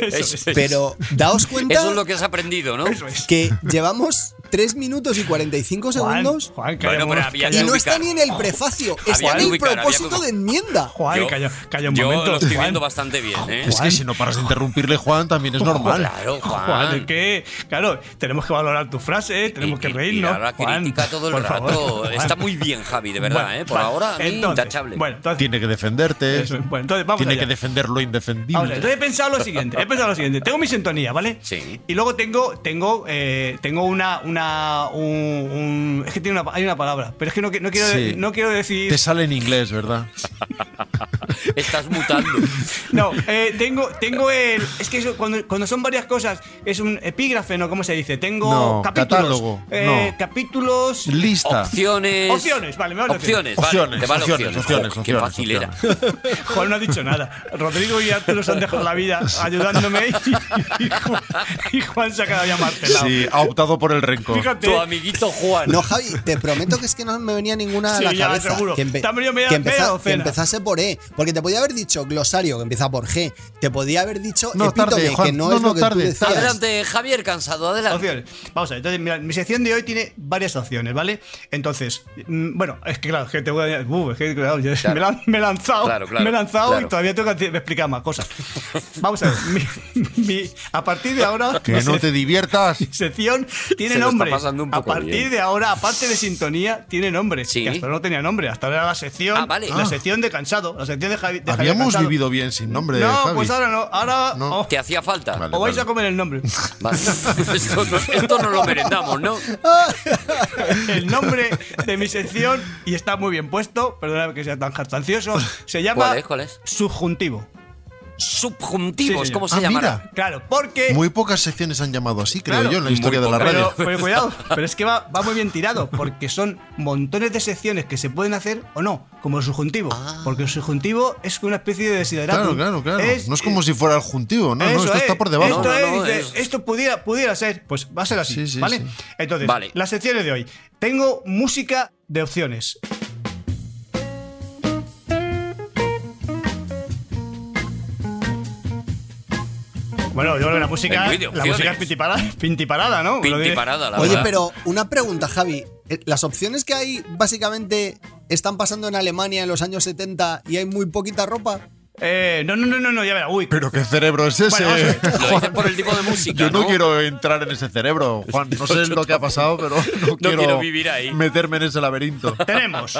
es- Pero daos cuenta Eso es lo que has aprendido, ¿no? que llevamos 3 minutos y 45 Juan, segundos Juan, Bueno, calla un pero mo- había- calla- y que no está ubicar. ni en el prefacio, Había está que en el ubicar, había propósito que- de enmienda. Juan, calla, calla un yo momento. lo estoy Juan. viendo bastante bien, ¿eh? Es que si no paras de interrumpirle, Juan, también es normal. Claro, Juan. [LAUGHS] Juan, es que, claro, tenemos que valorar tu frase, tenemos que Y- y- y reírnos. ahora Juan, critica todo el por rato. favor, Juan. Está muy bien, Javi, de verdad, Bueno, ¿eh? Por vale. ahora, a mí, Entonces, intachable. Bueno, entonces, Tiene que defenderte. Eso es. Bueno, entonces vamos tiene allá. que defender lo Vamos a indefendible. ver, entonces he pensado lo siguiente, he pensado lo siguiente. Tengo mi sintonía, ¿vale? Sí. Y luego tengo, tengo, eh, tengo una, una, un, un- es que tiene una, hay una palabra, pero es que no, que- no quiero, Sí. no quiero decir, Te sale en inglés, ¿verdad? Estás [LAUGHS] mutando. no, eh, tengo, tengo el, es que eso, cuando, cuando son varias cosas es un epígrafe, ¿no? ¿Cómo se dice? Tengo No, capítulos, catálogo, eh, no. capítulos, Lista. Opciones. Opciones, vale, me vale Opciones, vale. Opciones, Te vale opciones, opciones. opciones, Jo, qué opciones, fácil era. Juan no ha dicho nada. Rodrigo y Arturo se han dejado la vida ayudándome y, y Juan, y Juan se ha quedado ya martelado. Sí, ha optado por el rencor. Fíjate, Tu amiguito Juan. No, Javi, te prometo que es que no me venía ninguna a Sí, la ya, cabeza. seguro. Que, empe- Te han venido media- que media empeza- que docena. empezase por E. Porque te podía haber dicho glosario, que empieza por G. Te podía haber dicho No, epítome, tarde, que Juan. no, No, es no, lo que tarde. tú decías. Adelante, Javier, cansado, adelante. Opciones. Vamos a ver, entonces, mira, mi sección de hoy tiene varias opciones, ¿vale? Entonces, mm, bueno, es que claro, es que te voy a. Uh, es que claro, yo- Claro. Me, la- me he lanzado. Claro, claro, me he lanzado claro. y todavía tengo que explicar más cosas. Vamos a ver, mi- mi- a partir de ahora. mi Que no sec- te [LAUGHS] diviertas. sección tiene Se lo está nombre. pasando un poco a partir bien. de ahora, aparte de sintonía, tiene nombre. Sí. Que hasta ahora no tenía nombre, hasta ahora era la sección. Ah, vale. La Ah. sección de cansado. La sección de Javi. de Javier Habíamos Cansado. vivido bien sin nombre, No, Javi. pues ahora no. Ahora. No. os- ¿Te hacía falta? Vale. os vais a comer [LAUGHS] el nombre. Vale. Esto, no, esto no lo merendamos, ¿no? el nombre de mi sección y está muy bien puesto, perdóname que sea tan jactancioso, se [LAUGHS] llama ¿Cuál es? ¿Cuál es? subjuntivo. Subjuntivos, Sí, ¿cómo Ah, se llamará? mira. Claro, porque Muy pocas secciones han llamado así, creo Claro. yo, en la historia de la pocas. radio. pero, pero [LAUGHS] cuidado, pero es que va, va muy bien tirado, porque son montones de secciones que se pueden hacer o no, como el subjuntivo. Porque el subjuntivo es una especie de desiderato. Claro, Ah. claro, claro. no es como si fuera el juntivo, no, no, Eso esto es, está por debajo. Esto, No, es, no, no, dice, eso. esto pudiera, pudiera ser. Pues va a ser así. Sí, sí, ¿Vale? sí. Entonces, Vale. las secciones de hoy. Tengo música de opciones. Bueno, yo creo que la música, Hay muy de la música es opciones. pintiparada, [LAUGHS] pintiparada, ¿no? Lo diré. Pintiparada, la Oye, verdad. pero una pregunta, Javi. Eh, Las opciones que hay básicamente están pasando en Alemania en los años 70 y hay muy poquita ropa. Eh, no, no, no, no, no, ya verá. Uy, Pero qué cerebro es ese. Bueno, vamos a Lo dices por el tipo de música, [LAUGHS] Yo no, ¿no? quiero entrar en [LAUGHS] ese cerebro, Juan. No sé lo que ha pasado, pero no, quiero vivir ahí. meterme en [LAUGHS] ese laberinto. Tenemos,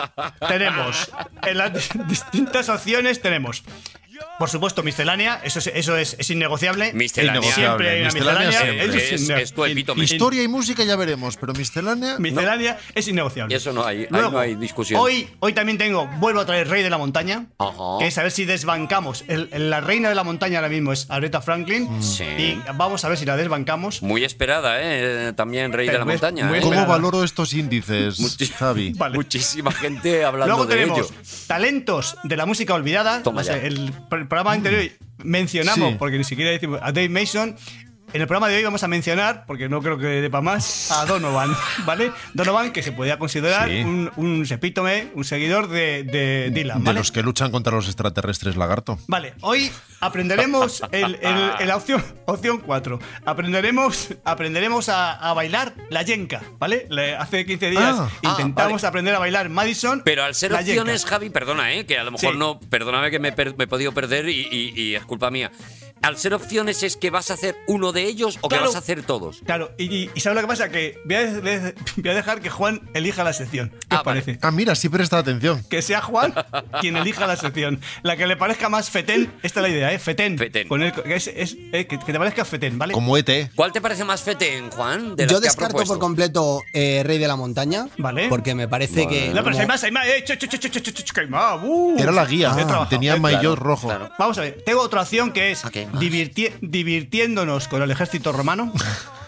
tenemos. En las dis- distintas opciones tenemos. Por supuesto, miscelánea, eso es, eso es, es innegociable. Miscelánea. Siempre hay una Miscelánea miscelánea. siempre. eso Es- inne- es tu epítome. in- Historia y música ya veremos, pero miscelánea. Miscelánea es innegociable. Eso no hay- ahí Luego, no hay discusión. Hoy, hoy también tengo, vuelvo a traer Rey de la Montaña, Ajá. que es a ver si desbancamos. El- el- la reina de la montaña ahora mismo es Aretha Franklin. Sí. Y vamos a ver si la desbancamos. Muy esperada, ¿eh? También Rey de la Muy- Montaña. muy ¿eh? ¿Cómo Espera. valoro estos índices, Muchi- [LAUGHS] Javi? Vale. Muchísima gente hablando Luego de tenemos ello. talentos de la música olvidada. Toma O sea, ya. el pr- programa anterior mencionamos, Sí. porque ni siquiera decimos, a Dave Mason. En el programa de hoy vamos a mencionar, porque no creo que dé para más, a Donovan, [LAUGHS] ¿vale? Donovan, que se podía considerar Sí. un, un epítome, un seguidor de, de Dylan, De ¿vale? los que luchan contra los extraterrestres, lagarto. Vale, hoy aprenderemos el, el- el opción, opción 4. Aprenderemos, aprenderemos a, a bailar la yenka, ¿vale? Le- hace 15 días Ah. intentamos Ah, vale. aprender a bailar Madison. Pero al ser la yenka. opciones, Javi, perdona, ¿eh? que a lo mejor Sí. no, perdóname que me, he per- me he podido perder y, y- y es culpa mía. Al ser opciones es que vas a hacer uno de de ellos o Claro. que vas a hacer todos? Claro, y, y- y ¿sabes lo que pasa? Que voy a, de- [LAUGHS] voy a dejar que Juan elija la sección. ¿Qué os Ah, vale. parece? Ah, mira, sí presta atención. Que sea Juan quien elija la sección. La que le parezca más fetén, esta es la idea, ¿eh? Fetén. Fetén. Con el- que, es- es- eh, que- que te parezca fetén, ¿vale? Como E ET. ¿Cuál te parece más fetén, Juan? De las Yo que ha descarto propuesto? por completo eh, Rey de la Montaña. Vale. Porque me parece que. No, pero como- si hay más, hay más. Eh, cho, cho, cho, cho, cho, cho, cho, que hay más. Uh. Era la He guía. ah, trabajado, Tenía Ah, eh, maillot rojo. claro. Vamos a ver, tengo otra opción que es Ok, más. divirti- divirtiéndonos con el ejército [LAUGHS] romano.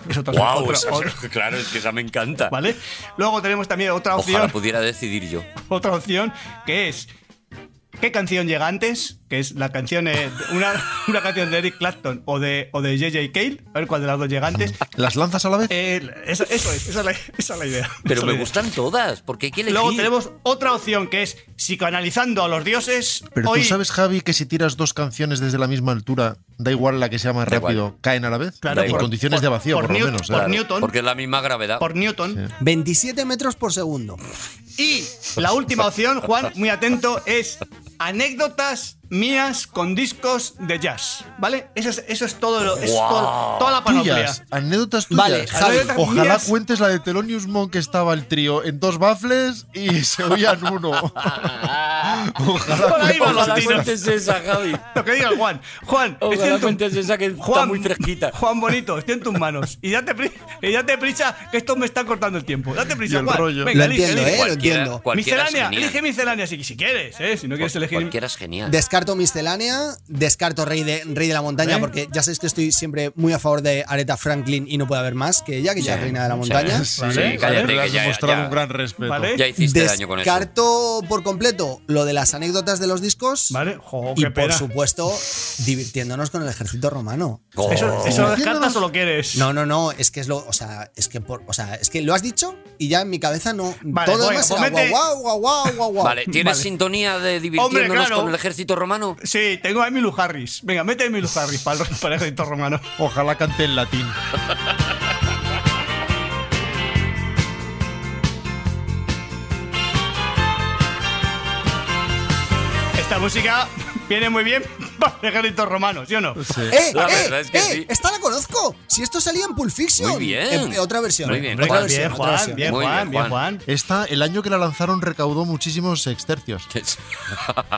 Es otra Guau, otra- esa- otra- claro, es que esa me encanta. ¿Vale? Luego tenemos también otra Ojalá opción, pudiera decidir [LAUGHS] yo. otra opción que es ¿Qué canción llega antes? Que es la canción eh, una, [LAUGHS] una canción de Eric Clapton o de o de JJ Cale, a ver cuál de las dos llega antes. ¿Las lanzas a la vez? Eh, eso, eso es, esa es la, esa es la idea. Esa es Pero la me idea. gustan todas, porque hay que elegir. Luego tenemos otra opción que es psicoanalizando a los dioses. Pero Hoy- tú sabes, Javi, que si tiras dos canciones desde la misma altura, da igual la que sea más Da rápido, caen a la vez. Claro, en por- condiciones de vacío, por, lo Newt- menos. por ¿eh? Newton, Porque es la misma gravedad. por Newton. 27 metros por segundo. Y la última opción, Juan, muy atento, es anécdotas mías con discos de jazz. ¿Vale? Eso es, eso es todo lo. es todo- toda la panoplia. Tuyas, anécdotas tuyas. Vale, Javi. Anécdotas Ojalá mías. cuentes la de Thelonious Monk que estaba el trío en dos bafles y se oían [LAUGHS] uno. Ojalá Por [LAUGHS] ahí cuentes van los Ojalá esas. tiros. cuentes esa, [LAUGHS] Javi. Eh, Lo que diga el Juan. Juan, Ojalá estoy en tu- cuentes esa que está muy fresquita. Juan bonito, estoy en tus manos. Y date, pri- y date prisa, que esto me está cortando el tiempo. Date prisa, Y el Juan. rollo. Venga, Lo elige, entiendo, elige. eh, lo Cualquiera- entiendo. cualquiera es Miscelánea, genial. elige miscelánea si, si quieres, ¿eh? Si no quieres elegir. Cualquiera es genial. Descarto miscelánea, descarto Rey de, Rey de la Montaña, ¿Eh? porque ya sabéis que estoy siempre muy a favor de Aretha Franklin y no puede haber más que ella, que ya es reina de la montaña. Sí, Vale, sí, cállate, le que has ya- demostrado ya- un gran respeto. ¿Vale? Ya hiciste daño con eso. Descarto por completo lo de las anécdotas de los discos. Vale, jo, Y qué por pena. supuesto, divirtiéndonos con el ejército romano. Oh. ¿Eso, eso lo descartas o lo quieres? No, no, no, es que es lo, o sea, es que por, o sea, es que lo has dicho y ya en mi cabeza no Vale, todo lo venga, demás pues era mete- guau, guau, guau, guau, guau. Vale, ¿tienes Vale. sintonía de divirtiéndonos claro. con el ejército romano? [LAUGHS] Sí, tengo a Emilio Harris. Venga, mete a Emilio Harris para el, para el ejército romano. Ojalá cante en latín. Esta música viene muy bien [LAUGHS] para el ejército romano, ¿sí Pues o no? Sí. [LAUGHS] ¡Eh! La eh, verdad es que eh, sí. ¡Esta la conozco! Si esto salía en Pulp Fiction. Muy bien. Eh, otra versión. Muy bien, Hombre, otra Juan. versión, bien, otra Juan, versión. bien, Muy bien, Juan, bien, Juan. Juan. Esta, el año que la lanzaron recaudó muchísimos extercios.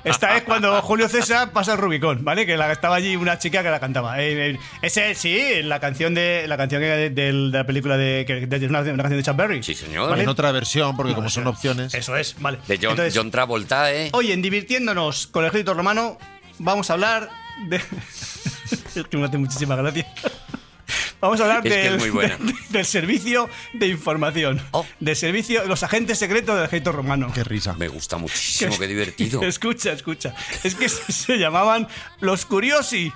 Esta es cuando Julio César pasa el Rubicón, ¿vale? Que la, estaba allí una chica que la cantaba. Eh, eh, ese sí, la canción de la canción que- de, del- de la película de, que- de- de una, una canción de Chuck Berry. Sí, señor. ¿Vale? En otra versión, porque como son opciones. Eso es, vale. De John, Entonces, John Travolta, ¿eh? Hoy en Divirtiéndonos con el ejército romano vamos a hablar de... [LAUGHS] es que me hace muchísima gracia. Vamos a hablar Es que del, es muy buena. de- [LAUGHS] del servicio de información. Oh. Del servicio, los agentes secretos del ejército romano. Qué risa. Me gusta [LAUGHS] muchísimo, qué divertido. Escucha, escucha. Es que se, se llamaban los curiosi.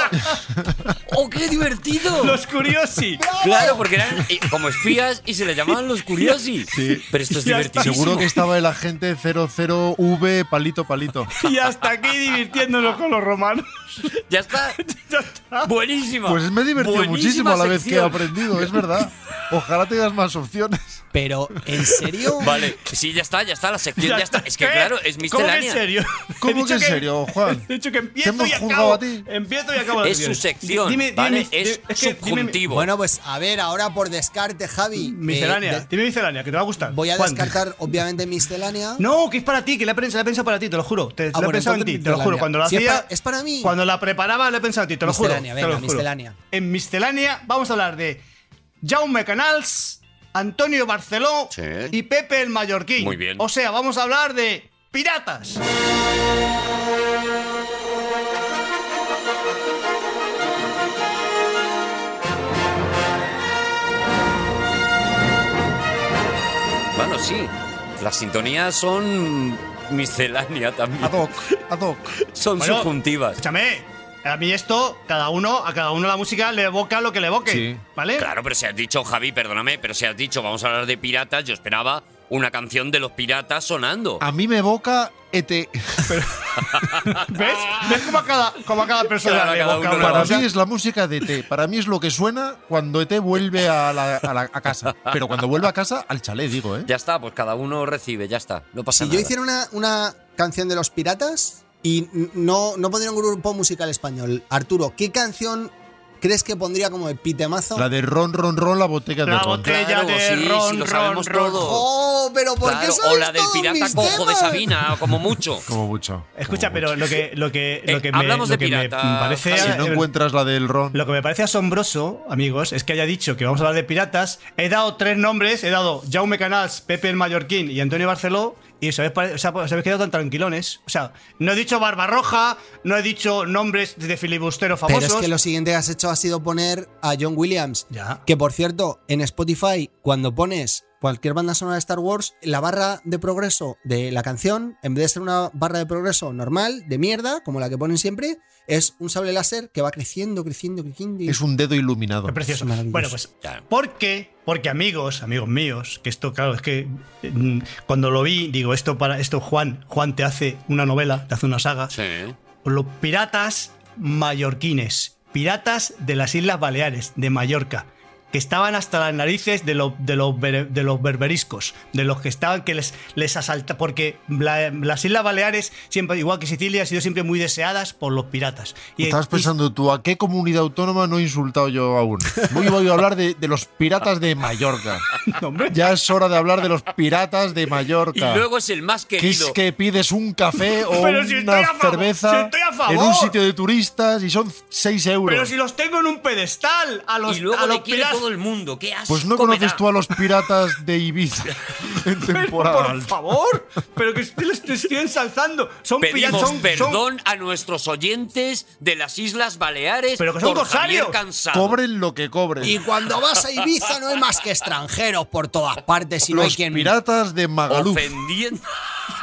[LAUGHS] ¡Oh, qué divertido! [LAUGHS] Los curiosi. Claro, porque eran eh, como espías y se les llamaban los curiosi. Pero esto es Ya está. divertidísimo. Seguro que estaba el agente 00V palito [LAUGHS] palito. Y hasta aquí divirtiéndonos con los romanos. Ya está. Ya está. Buenísimo. Pues me he divertido Buenísima muchísimo a la vez que he sección. aprendido, es verdad. Ojalá tengas más opciones. [LAUGHS] Pero, ¿en serio? [LAUGHS] Vale, sí, ya está, ya está, la sección ya, está. Es que ¿Eh? claro, es ¿Cómo que en miscelánea. [LAUGHS] serio? He ¿Cómo dicho que en serio, Juan? [LAUGHS] He dicho que ¿Te empiezo hemos y acabo. juzgado a ti? Empiezo y acabo. Es su Di- sección, dime- dime ¿vale? mis- es, es que dime mi- subjuntivo. Bueno, pues a ver, ahora por descarte, Javi. eh, Miscelánea. de- dime miscelánea, que te va a gustar. voy a Juan. descartar, obviamente, miscelánea. No, que es para ti, que la prensa la he pensado para ti, te lo juro. Te, la he Ah, bueno, pensado en entonces ti, te lo juro. miscelánea. Cuando la Si es hacía. para- es para mí. Cuando la preparaba, la he pensado en ti, te lo juro. Miscelánea, te venga, lo juro. miscelánea. En miscelánea vamos a hablar de Jaume Canals, Antonio Barceló Sí. y Pepe el Mallorquín. Muy bien. O sea, vamos a hablar de piratas. Bueno, sí. Las sintonías son miscelánea también. Ad hoc, ad hoc. Son Bueno, subjuntivas. Escúchame, a mí esto, cada uno, a cada uno la música le evoca lo que le evoque. Sí. ¿Vale? Claro, pero si has dicho, Javi, perdóname, pero si has dicho, vamos a hablar de piratas, yo esperaba una canción de los piratas sonando. Ah. A mí me evoca E ET. ¿Ves? ¿Ves cómo a cada, cómo a cada persona Ah. Claro, a le cada evoca uno una le Para cosa? mí es la música de ET. Para mí es lo que suena cuando ET vuelve a, la- a la- a casa. Pero cuando vuelve a casa, al chalet, digo, ¿eh? Ya está, pues cada uno recibe, ya está. No pasa si nada. yo hiciera una, una canción de los piratas y n- no, no pondría un grupo musical español, Arturo, ¿qué canción ¿Crees que pondría como epitemazo? La de ron, ron, ron, la botella de La ron. botella de sí, ron, sí, lo ron, sabemos ron. todo. ¡Oh, pero por qué Claro, sabes o la del todos pirata mis cojo de temas? Sabina, como [LAUGHS] mucho. Como mucho. Escucha, como pero lo que, lo que, lo Eh, que me, hablamos lo de que me piratas, parece. mucho. Si no eh, encuentras la del ron. Lo que me parece asombroso, amigos, es que haya dicho que vamos a hablar de piratas. He dado tres nombres, he dado Jaume Canals, Pepe el Mallorquín y Antonio Barceló, y os habéis, pare- os ha- os habéis quedado tan tranquilones. O sea, no he dicho Barbarroja, no he dicho nombres de filibusteros Pero famosos. es que lo siguiente que has hecho ha sido poner a John Williams. Ya. Que por cierto, en Spotify, cuando pones cualquier banda sonora de Star Wars, la barra de progreso de la canción, en vez de ser una barra de progreso normal, de mierda, como la que ponen siempre, es un sable láser que va creciendo, creciendo, creciendo. y- Es un dedo iluminado. Qué precioso. Es maravilloso. Bueno, pues, Claro. ¿por qué? Porque amigos, amigos míos, que esto, claro, es que mm, cuando lo vi, digo, esto para esto Juan, Juan te hace una novela, te hace una saga. Sí. Los piratas mallorquines, piratas de las Islas Baleares, de Mallorca, que estaban hasta las narices de, lo- de los, bere- de los berberiscos, de los que estaban, que les, les asalta, porque la- las Islas Baleares, siempre, igual que Sicilia, han sido siempre muy deseadas por los piratas. Y, Estabas y- pensando tú, ¿a qué comunidad autónoma no he insultado yo aún? Voy, voy a hablar de, de los piratas de Mallorca. [LAUGHS] No, hombre. Ya es hora de hablar de los piratas de Y Mallorca. luego es el más que es querido. que pides un café o Pero una si estoy a favor, cerveza si estoy a favor. en un sitio de turistas y son 6 euros. Pero si los tengo en un pedestal, a los, y luego a los le quiere piratas. todo [LAUGHS] el mundo. ¿Qué asco Pues no me conoces da. tú a los piratas de [LAUGHS] Ibiza en temporada Por alta. favor, pero que estoy- les estoy ensalzando. Son piratas, Pedimos son, son- perdón a nuestros oyentes de las Islas Baleares Pero que son por corsarios. Javier Cansado. Cobren lo que cobren. Y cuando vas a Ibiza no hay más que extranjeros por todas partes y no hay los quien... piratas de Magaluf. ofendiendo.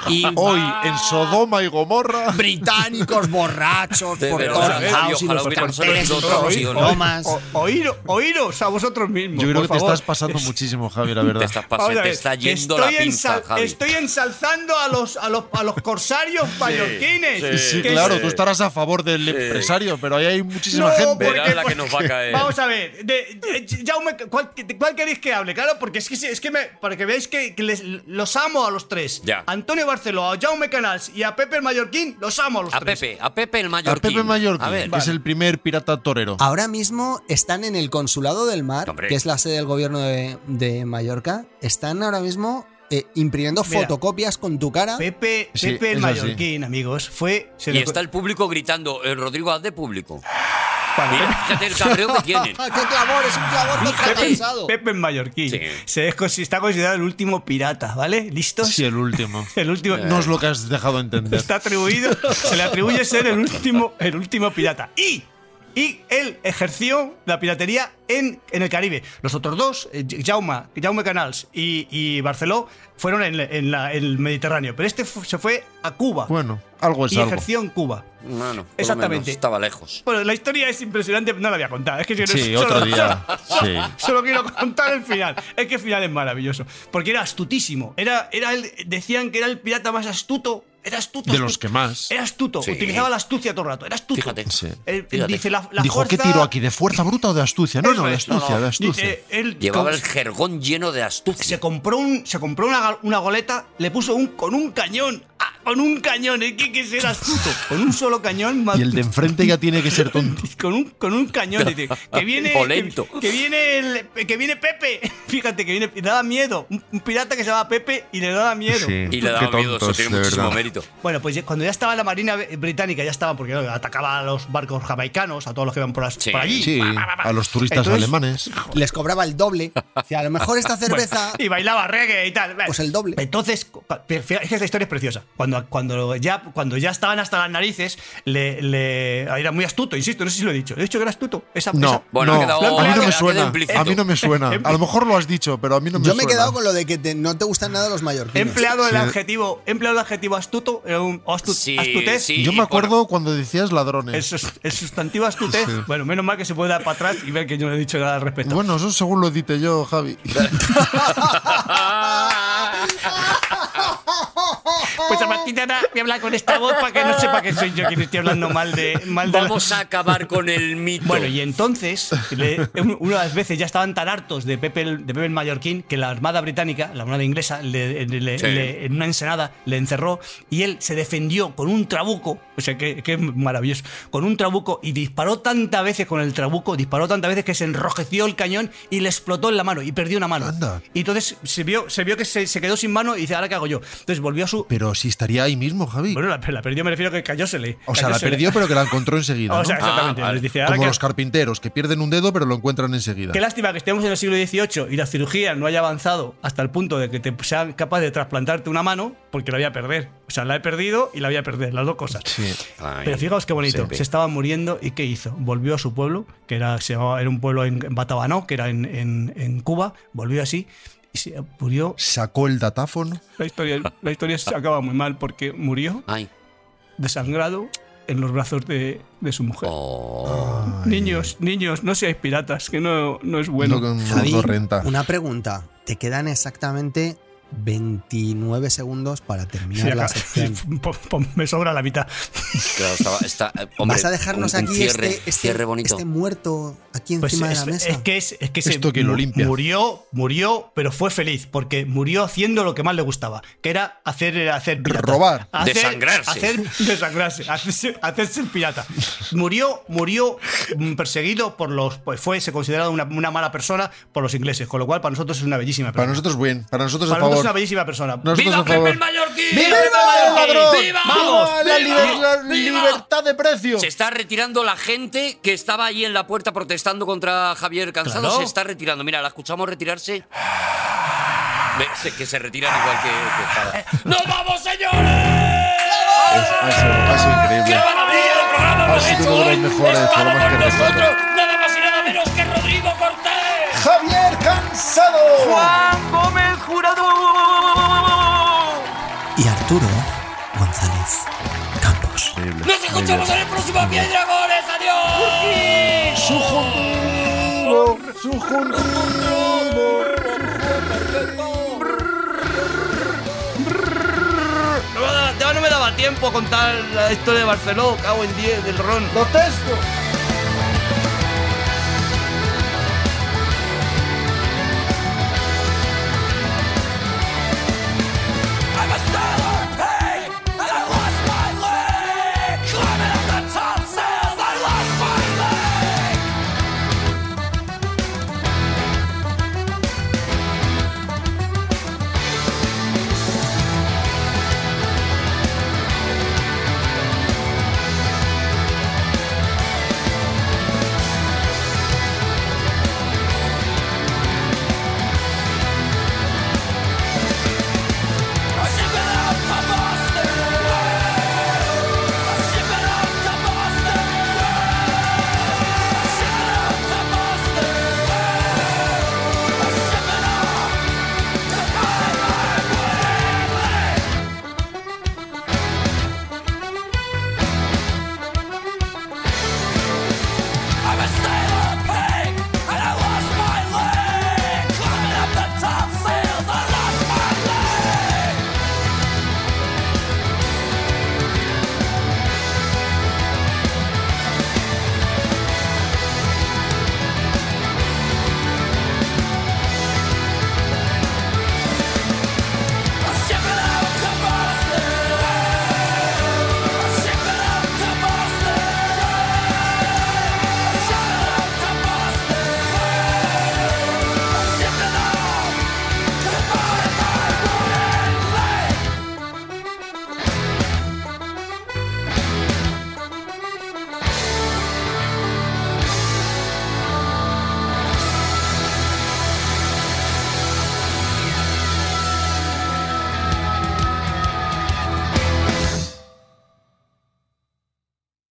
Y Hoy en Sodoma y Gomorra. británicos borrachos De por verdad, todos Javi, lados y ojalá los hubiéramos carteles y oído todos los oído, ¿no? idiomas. O- oíro- oíros a vosotros mismos. Yo creo por que te favor. estás pasando muchísimo, Javi, la verdad. Te, estás Vamos a pasando, te ver, está que yendo la estoy pinza, ensal- Javi. Estoy ensalzando a los, a los, a los corsarios mallorquines. sí, Y Sí, Eh, que claro, es- tú estarás a favor del empresario, pero ahí hay muchísima No, gente. porque- pues Verás la que nos va a caer. Vamos a ver, de, de- Jaume, ¿cuál, de cuál queréis que hable? Claro, porque es que, es que me, para que veáis que, que les- los amo a los tres. Ya. Antonio Barceló, a Jaume Canals y a Pepe el Mallorquín, los amo a los A tres. Pepe, a Pepe el A Mallorquín. Pepe Mallorca, A ver, que es el primer pirata torero. Ahora mismo están en el Consulado del Mar, Hombre. que es la sede del gobierno de, de Mallorca. Están ahora mismo eh, imprimiendo Mira. fotocopias con tu cara. Pepe, Sí, Pepe el eso sí. Mallorquín, amigos, fue... se y le- está el público gritando, eh, Rodrigo, haz de público. Vale. Mira, fíjate el cabreo que tienen. ¡Ah, ¡Qué clamor! ¡Es un clamor Pepe, cansado! Pepe el Mallorquín. Sí. Se es consi- está considerado el último pirata, ¿vale? ¿Listos? Sí, Eh. el último. El [LAUGHS] último... No es lo que has dejado entender. Está atribuido, se le atribuye ser el último, el último pirata. Y, y él ejerció la piratería en, en el Caribe. Los otros dos, eh, Jaume, Jaume Canals y, y Barceló, fueron en, la- en la- en el Mediterráneo. Pero este fu- se fue a Cuba Bueno, algo es y algo. ejerció en Cuba. Bueno, por lo Exactamente. menos, estaba lejos. Bueno, la historia es impresionante, no la voy a contar. Es que yo no- Sí, solo- otro día. Sí. Solo quiero contar el final. Es que el final es maravilloso. Porque era astutísimo. Era, era el- decían que era el pirata más astuto. Era astuto. De los astuto. que más. Era astuto. Sí. Utilizaba la astucia todo el rato. Era astuto. Fíjate. Sí. Él Fíjate. Dice la, la Dijo, ¿qué fuerza- tiro aquí? ¿De fuerza bruta o de astucia? No, Eso no, de es, no, astucia, no. de astucia. Dice, él Llevaba con- el jergón lleno de astucia. se compró un se compró una, gal- una goleta, le puso un con un cañón, Ah, con un cañón, es que que ser astuto, con un solo cañón Y el de enfrente ya tiene que ser tonto. [LAUGHS] con un, con un cañón, dice, [LAUGHS] que viene, O que, lento. que viene el- que viene Pepe, [LAUGHS] fíjate que viene, le daba miedo, un, un pirata que se llama Pepe y le daba miedo. y le daba miedo, eso tiene muchísimo [LAUGHS] mérito. Bueno, pues ya- cuando ya estaba la Marina Británica, ya estaba, porque claro, atacaba a los barcos jamaicanos, a todos los que iban por, las- Sí. por allí. Sí, a los turistas Entonces- alemanes. Les cobraba el doble. O sea, a lo [LAUGHS] mejor esta cerveza... y bailaba reggae y tal. Pues el doble. Entonces, cu- es que esta historia es preciosa. Cuando, cuando, ya, cuando ya estaban hasta las narices, le, le- era muy astuto, insisto, no sé si lo he dicho. He dicho que era astuto. Esa, esa- No, Bueno, no, ha quedado- a mí ha no quedado me suena. implícito. A mí no me suena. A lo mejor lo has dicho, pero a mí no me Yo suena. me he quedado con lo de que te- no te gustan nada los he mallorquines. empleado el Sí. adjetivo, he empleado el adjetivo astuto, era un o astu- Sí, astutez. sí. Yo me Y- acuerdo cuando decías El, ladrones. sus- el sustantivo astutez. Sí. Bueno, menos mal que se puede dar para atrás y ver que yo no he dicho nada al respecto. Bueno, eso según lo edité yo, Javi. Pues a partir de ahora voy a hablar con esta voz para que no sepa que soy yo quien estoy hablando mal de. Mal de la- Vamos a acabar con el mito. Bueno, y entonces, le- un- una de las veces ya estaban tan hartos de Pepe, el, de Pepe el Mallorquín que la Armada Británica, la Armada Inglesa, le- le- Sí. le- en una ensenada le encerró y él se defendió con un trabuco, o sea, que, que es maravilloso, con un trabuco y disparó tantas veces con el trabuco, disparó tantas veces que se enrojeció el cañón y le explotó en la mano y perdió una mano. Anda. Y entonces se vio, se vio que se, se quedó sin mano y dice, ¿ahora qué hago yo? Entonces volvió a su... [LAUGHS] Pero si estaría ahí mismo, Javi. Bueno, la, la perdió, me refiero a que cayósele. o sea, la cayósele. perdió, pero que la encontró enseguida. [LAUGHS] O ¿no? sea, exactamente. Ah, vale. Dice, "Ahora Como qué- los carpinteros, que pierden un dedo, pero lo encuentran enseguida. Qué lástima que estemos en el siglo XVIII y la cirugía no haya avanzado hasta el punto de que te sea capaz de trasplantarte una mano porque la voy a perder. O sea, la he perdido y la voy a perder, las dos cosas. Sí. Ay, Pero fijaos qué bonito, Pepe. se estaba muriendo y ¿qué hizo? Volvió a su pueblo, que era, se llamaba- era un pueblo en, en Batabanó, que era en, en- en Cuba, volvió así y se murió. Sacó el datáfono. La historia, la historia se acaba muy mal porque murió Ay. desangrado en los brazos de, de su mujer. Oh. Niños, niños, no seáis piratas, que no, no es Bueno, bueno. no, Javi, no Ah. renta. una pregunta. Te quedan exactamente 29 segundos para Sí, terminar la acá- sección. [LAUGHS] po- po- me sobra la mitad. Claro, estaba- está- eh, hombre, ¿Vas a dejarnos un- un aquí cierre, este, este- cierre bonito. este muerto aquí Pues encima es, de la mesa? es que es, es que se Esto que lo mu- limpia. murió, murió, pero fue feliz porque murió haciendo lo que más le gustaba, que era hacer hacer pirata. Robar. Hacer- Desangrarse. hacer desangrarse, hacerse, hacerse el pirata. Murió, murió mm, perseguido por los pues fue se considerado una, una mala persona por los ingleses, con lo cual para nosotros es una bellísima persona. Para nosotros, bien. Para nosotros, a Para nosotros favor. es una bellísima persona. Nosotros, ¡Viva a favor. Pepe el Mallorquín! ¡Viva ¡Viva el el ladrón! ¡Viva! ¡Viva la, ¡Viva! liber- la ¡Viva! libertad de precio! Se está retirando la gente que estaba ahí en la puerta protestando contra Javier Cansado. Claro. Se está retirando. Mira, la escuchamos retirarse. Ve, se- que se retiran igual que, que estaba. Eh, ¡Nos vamos, señores! Es- ha sido- ha sido ¡Qué increíble. maravilla de programa Ha hemos sido hecho uno de los hoy! mejores Estaba programas con que recuerdo. nosotros nada más y nada menos que Rodrigo Cortés. ¡Javier Cansado! Juan Gómez Jurado. Y Arturo González Campos. ¡Nos escuchamos en el próximo Pie Dragones! ¡Adiós! ¡Su juntivo! ¡Su juntivo! No me daba tiempo a contar la historia de Barcelona, cago en 10 del ron. ¡Lo testo!